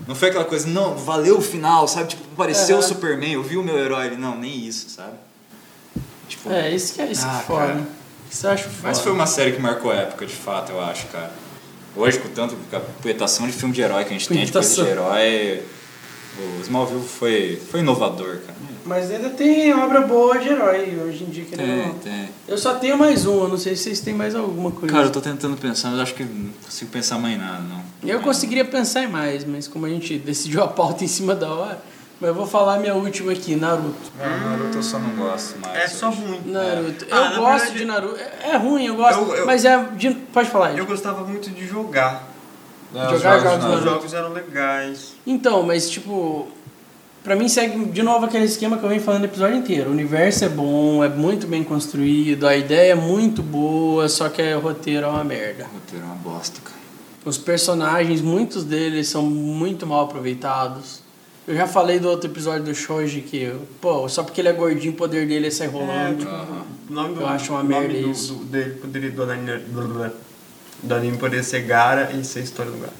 Speaker 2: Não foi aquela coisa, não, valeu o final, sabe? Tipo, apareceu o
Speaker 3: Aham.
Speaker 2: Superman, eu vi o meu herói. Ele, Não, nem isso, sabe? Tipo,
Speaker 3: É, isso que é isso
Speaker 2: Ah,
Speaker 3: que é foda.
Speaker 2: cara.
Speaker 3: Isso eu acho foda.
Speaker 2: mas foi uma série que marcou a época, de fato, eu acho, cara. Hoje, com tanto com a poetação de filme de herói que a gente tem, de coisa
Speaker 3: Poetação.
Speaker 2: de herói, o Smallville foi, foi inovador, cara.
Speaker 3: Mas ainda tem obra boa de herói hoje em dia, querendo ou não.
Speaker 2: tem.
Speaker 3: Eu só tenho mais uma, não sei se vocês têm mais alguma coisa.
Speaker 2: Cara, eu tô tentando pensar, mas acho que não consigo pensar mais em nada, não.
Speaker 3: Eu conseguiria pensar em mais, mas como a gente decidiu a pauta em cima da hora, mas eu vou falar minha última aqui, Naruto.
Speaker 2: Ah, Naruto eu só não gosto mais.
Speaker 4: É só
Speaker 2: hoje.
Speaker 4: ruim.
Speaker 3: Naruto.
Speaker 4: Ah,
Speaker 3: eu
Speaker 4: na
Speaker 3: gosto
Speaker 4: verdade-
Speaker 3: de Naruto. É é ruim, eu gosto,
Speaker 4: Eu- eu-
Speaker 3: mas é. de- Pode falar. Ed.
Speaker 4: Eu gostava muito de jogar.
Speaker 2: Não,
Speaker 3: Jogar
Speaker 2: os jogos
Speaker 3: jogos
Speaker 2: não.
Speaker 4: Os
Speaker 3: Naruto.
Speaker 4: jogos eram legais.
Speaker 3: Então, mas tipo. Pra mim segue de novo aquele esquema que eu venho falando o episódio inteiro. O universo é bom, é muito bem construído, a ideia é muito boa, só que o roteiro é uma merda.
Speaker 2: O roteiro é uma bosta, cara.
Speaker 3: Os personagens, muitos deles são muito mal aproveitados. Eu já falei do outro episódio do Shoji que, pô, só porque ele é gordinho, o poder dele é sair
Speaker 4: É,
Speaker 3: rolando.
Speaker 4: tipo, o nome do,
Speaker 3: Eu acho uma
Speaker 4: o nome
Speaker 3: merda
Speaker 4: do,
Speaker 3: isso.
Speaker 4: do- dele poderia do anime, do anime poderia ser Gara e ser história do Gara.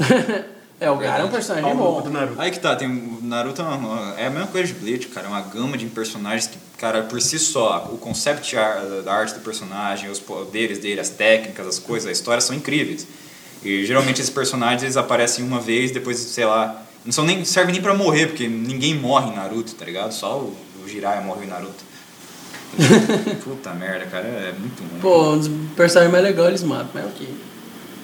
Speaker 2: É.
Speaker 3: É, o cara é um personagem
Speaker 4: Paulo do
Speaker 3: bom.
Speaker 4: Naruto.
Speaker 2: Aí que tá, tem o Naruto é, uma- é a mesma coisa de Bleach, cara. É uma gama de personagens que, cara, por si só, o concept ar- da arte do personagem, os poderes dele, as técnicas, as coisas, a história são incríveis. E geralmente esses personagens eles aparecem uma vez, depois, sei lá, não são nem servem nem para morrer, porque ninguém morre em Naruto, tá ligado? Só o, o Jiraiya morre em Naruto. Puta merda, cara, é muito ruim.
Speaker 3: Pô, um dos personagens mais legais eles matam, mas ok.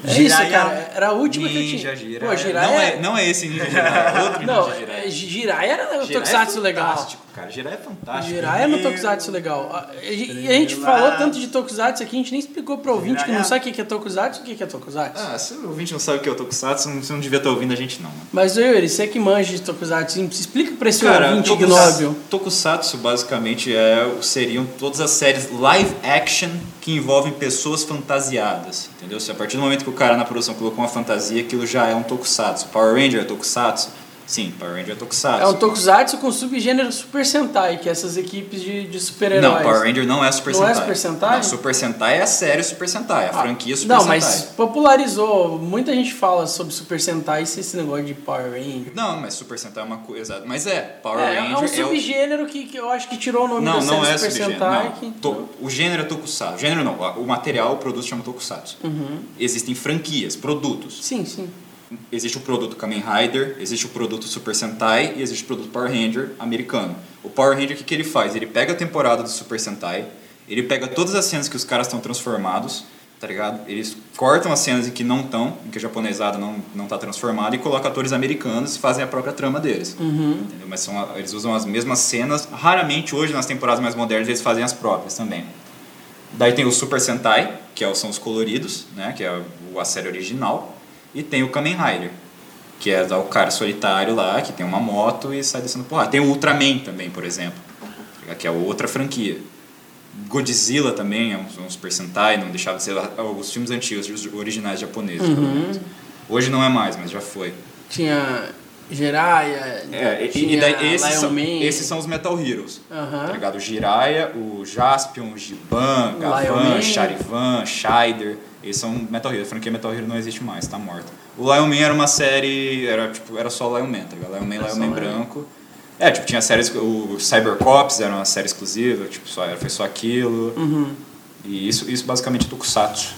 Speaker 3: É isso,
Speaker 2: Jiraiya-
Speaker 3: cara. Era a última que eu
Speaker 2: um Ninja
Speaker 3: tinha.
Speaker 2: Jiraiya.
Speaker 3: Pô, Jiraiya...
Speaker 2: Não é, não é esse Ninja Jiraiya, é outro
Speaker 3: Não,
Speaker 2: Ninja Jiraiya.
Speaker 3: é, Jiraiya era o
Speaker 2: Jiraiya é
Speaker 3: Tokusatsu legal.
Speaker 2: fantástico, cara. Jiraiya é fantástico.
Speaker 3: Jiraiya no Tokusatsu legal. A, e- e a gente
Speaker 4: Jiraiya.
Speaker 3: falou tanto de Tokusatsu aqui, a gente nem explicou pro ouvinte que
Speaker 4: Jiraiya.
Speaker 3: não sabe o que que é Tokusatsu, o que que é Tokusatsu.
Speaker 2: Ah, se o ouvinte não sabe o que é o Tokusatsu, você não devia estar ouvindo a gente, não. mano.
Speaker 3: Mas, ô Yuri, você que manja de Tokusatsu, explica pra esse ouvinte
Speaker 2: Tokusatsu-
Speaker 3: ignóbil.
Speaker 2: Tokusatsu basicamente é, o- seriam todas as séries live action que envolvem pessoas fantasiadas, entendeu? Se a partir do momento que o cara na produção colocou uma fantasia, aquilo já é um Tokusatsu. Power Ranger é Tokusatsu? Sim, Power Ranger é Tokusatsu.
Speaker 3: É um Tokusatsu com subgênero Super Sentai, que é essas equipes de, de
Speaker 2: Não,
Speaker 3: super-heróis.
Speaker 2: Power Ranger não é Super
Speaker 3: Não é
Speaker 2: Sentai.
Speaker 3: Super Sentai?
Speaker 2: Não, Super Sentai é a série Super Sentai, a
Speaker 3: Ah,
Speaker 2: franquia Super
Speaker 3: Não,
Speaker 2: Sentai.
Speaker 3: mas popularizou. Muita gente fala sobre Super Sentai e esse negócio de Power Ranger.
Speaker 2: Não, mas Super Sentai é uma coisa... Exato, mas é. Power
Speaker 3: é,
Speaker 2: Ranger
Speaker 3: é um
Speaker 2: o-
Speaker 3: subgênero que, que eu acho que tirou o nome
Speaker 2: Não,
Speaker 3: da série
Speaker 2: não é
Speaker 3: Super
Speaker 2: subgênero.
Speaker 3: Sentai.
Speaker 2: não.
Speaker 3: que-
Speaker 2: To- o gênero é tokusatsu. O gênero não. a- O material, o produto chama tokusatsu.
Speaker 3: Uhum.
Speaker 2: Existem franquias, produtos.
Speaker 3: Sim, sim.
Speaker 2: Existe o produto Kamen Rider, existe o produto Super Sentai e existe o produto Power Ranger americano. O Power Ranger, o que, que ele faz? Ele pega a temporada do Super Sentai, ele pega todas as cenas que os caras estão transformados, tá ligado? Eles cortam as cenas em que não estão, em que a japonesada não, não tá transformada, e colocam atores americanos e fazem a própria trama deles. Entendeu? Mas são, a- eles usam as mesmas cenas. Raramente hoje, nas temporadas mais modernas, eles fazem as próprias também. Daí tem o Super Sentai, que é o- são os coloridos, né? Que é o- a série original. E tem o Kamen Rider, que é o cara solitário lá, que tem uma moto e sai descendo porrada. Tem o Ultraman também, por exemplo, que é outra franquia. Godzilla também é um, um Super Sentai, não deixava de ser alguns filmes
Speaker 3: Uhum.
Speaker 2: antigos, os originais japoneses, pelo menos. Hoje não é mais, mas já foi.
Speaker 3: Tinha Jiraiya,
Speaker 2: É, e- e,
Speaker 3: tinha
Speaker 2: e daí esses
Speaker 3: Lion
Speaker 2: são,
Speaker 3: Man.
Speaker 2: esses são os Metal Heroes.
Speaker 3: Aham.
Speaker 2: Tá ligado? O Jiraiya, o Jaspion, o Giban,
Speaker 3: Man.
Speaker 2: Gavan, Charivan, Shider. Esses são Metal Heroes. A franquia Metal Hero não existe mais, tá morta. O Lion Man era uma série. Era, tipo, era só Lion Man, tá ligado? Lion Man, Lion
Speaker 3: só
Speaker 2: Man
Speaker 3: Lion Man.
Speaker 2: branco. É, tipo, tinha séries. O Cybercops era uma série exclusiva, tipo, só, foi só aquilo. E isso, isso basicamente é Tokusatsu.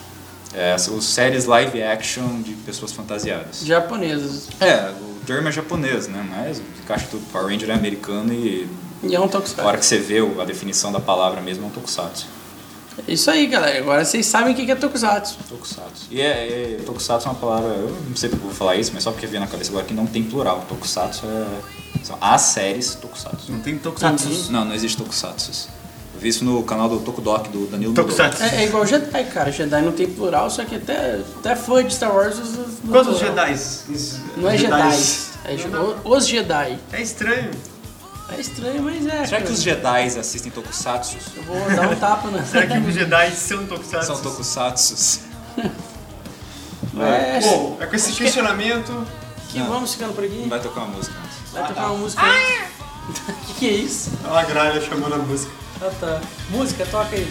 Speaker 2: É, são séries live action de pessoas fantasiadas.
Speaker 3: japoneses.
Speaker 2: É, o termo é japonês, né? Mas encaixa tudo. Power Ranger é americano e
Speaker 3: E é um
Speaker 2: a hora
Speaker 3: tokusatsu.
Speaker 2: que você vê o- a definição da palavra mesmo é um tokusatsu.
Speaker 3: É isso aí, galera. Agora vocês sabem o que que é tokusatsu.
Speaker 2: Um Tokusatsu. E é, é- tokusatsu é uma palavra, eu não sei porque eu vou falar isso, mas só porque veio na cabeça agora que não tem plural. Tokusatsu é, são as séries tokusatsu.
Speaker 4: Não tem tokusatsu.
Speaker 2: Não, não existe tokusatsu. Eu vi isso no canal do Tokudok, do Danilo Nudo.
Speaker 4: Tokusatsu.
Speaker 3: É, é igual Jedi, cara. Jedi não tem plural, só que até, até fã de Star Wars usa. usa
Speaker 4: Quantos
Speaker 3: plural.
Speaker 4: Jedi?
Speaker 3: Não é Jedi. É Je- o- os Jedi.
Speaker 4: É estranho.
Speaker 3: É estranho, mas é.
Speaker 2: Será
Speaker 3: cara.
Speaker 2: que os Jedis assistem tokusatsu?
Speaker 3: Eu vou dar um tapa na.
Speaker 4: Será que os Jedi são tokusatsu?
Speaker 2: São tokusatsus?
Speaker 3: É,
Speaker 4: Bom, é com esse questionamento.
Speaker 3: que vamos ficando por aqui.
Speaker 2: Vai tocar uma música. antes.
Speaker 3: Vai tocar uma música. aí. O que, que é isso?
Speaker 4: Olha a gralha chamando a música.
Speaker 3: Ah tá. Música, toca aí.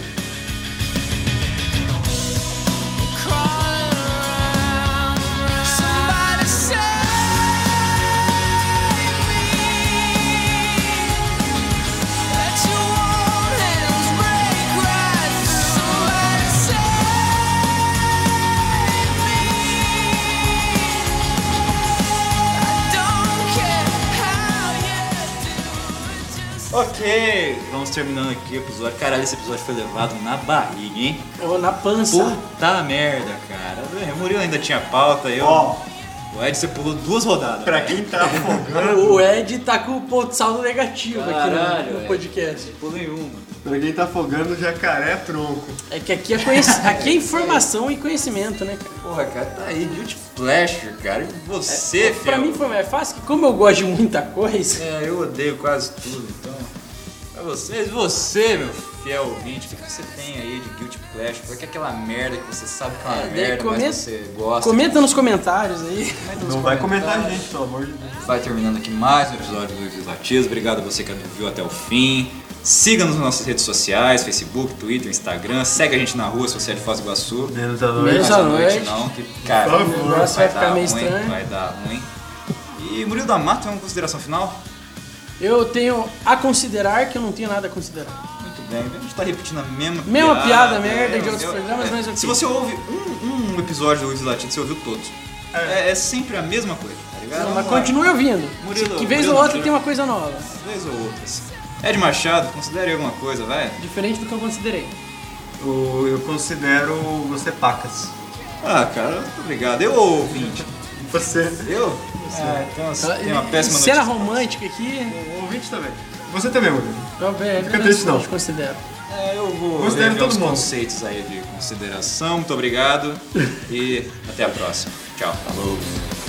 Speaker 2: Ok, vamos terminando aqui o episódio. Caralho, esse episódio foi levado na barriga, hein?
Speaker 3: Ou na pança.
Speaker 2: Puta merda, cara. Velho, O Murilo ainda tinha pauta, eu.
Speaker 4: Ó,
Speaker 2: O Ed, você pulou duas rodadas.
Speaker 4: pra quem tá afogando.
Speaker 3: O Ed tá com o ponto saldo negativo aqui
Speaker 2: Caralho,
Speaker 3: no- no,
Speaker 2: Ed.
Speaker 3: podcast.
Speaker 2: Pulou nenhuma.
Speaker 4: pra quem tá afogando, jacaré é tronco.
Speaker 3: É que aqui é, conhec... aqui é informação e conhecimento, né, cara?
Speaker 2: Porra, cara, tá aí, Guilty Pleasure, cara. E você, filho?
Speaker 3: É, Pra mim foi mais fácil, que como eu gosto de muita coisa,
Speaker 2: É, eu odeio quase tudo, então. Pra vocês, você, meu fiel ouvinte, o que, que você tem aí de Guilty Pleasure? Qual que é aquela merda que você sabe que é uma
Speaker 3: É, daí
Speaker 2: merda,
Speaker 3: comenta-
Speaker 2: mas você gosta?
Speaker 3: comenta nos comentários aí.
Speaker 4: Não vai comentar a gente, pelo amor de Deus.
Speaker 2: Vai terminando aqui mais um episódio do Vivi Latias. Obrigado a você que viu até o fim. Siga-nos nas nossas redes sociais, Facebook, Twitter, Instagram. Segue a gente na rua se você é de Foz do Iguaçu.
Speaker 4: Menos a
Speaker 3: Menos
Speaker 2: Mas
Speaker 3: à
Speaker 2: à noite
Speaker 3: noite.
Speaker 2: não, que, cara,
Speaker 4: Por favor.
Speaker 3: O negócio vai ficar
Speaker 2: dar
Speaker 3: meio
Speaker 2: ruim,
Speaker 3: estranho.
Speaker 2: Vai dar ruim. E Murilo da Mata, tem uma consideração final?
Speaker 3: Eu tenho a considerar que eu não tenho nada a considerar.
Speaker 2: Muito bem, a gente tá repetindo a mesma
Speaker 3: Mesma
Speaker 2: piada.
Speaker 3: piada, merda, de outros
Speaker 2: eu-
Speaker 3: programas, mas ok.
Speaker 2: Se você ouve um, um episódio do Luiz Latino, você ouviu todos. É, é sempre a mesma coisa, tá ligado?
Speaker 3: Mas continue ouvindo.
Speaker 2: Murilo,
Speaker 3: que vez
Speaker 2: Murilo,
Speaker 3: ou outra
Speaker 2: Murilo.
Speaker 3: tem uma coisa nova.
Speaker 2: Vez ou outras. Ed Machado, considere alguma coisa, vai.
Speaker 3: Diferente do que eu considerei.
Speaker 4: O- Eu considero você pacas.
Speaker 2: Ah, cara, muito obrigado. Eu ouvinte.
Speaker 4: Você.
Speaker 2: Eu?
Speaker 3: É,
Speaker 2: Ah, então, assim, tem uma péssima
Speaker 3: Cena
Speaker 2: notícia.
Speaker 3: é romântica aqui,
Speaker 4: O ouvinte também. Você também, Murilo.
Speaker 3: eu, eu,
Speaker 4: Fica triste, não.
Speaker 3: te considero.
Speaker 2: É, eu vou
Speaker 4: Considero
Speaker 2: rever
Speaker 4: todo
Speaker 2: os
Speaker 4: mundo.
Speaker 2: conceitos aí de consideração. Muito obrigado e até a próxima. Tchau. Falou.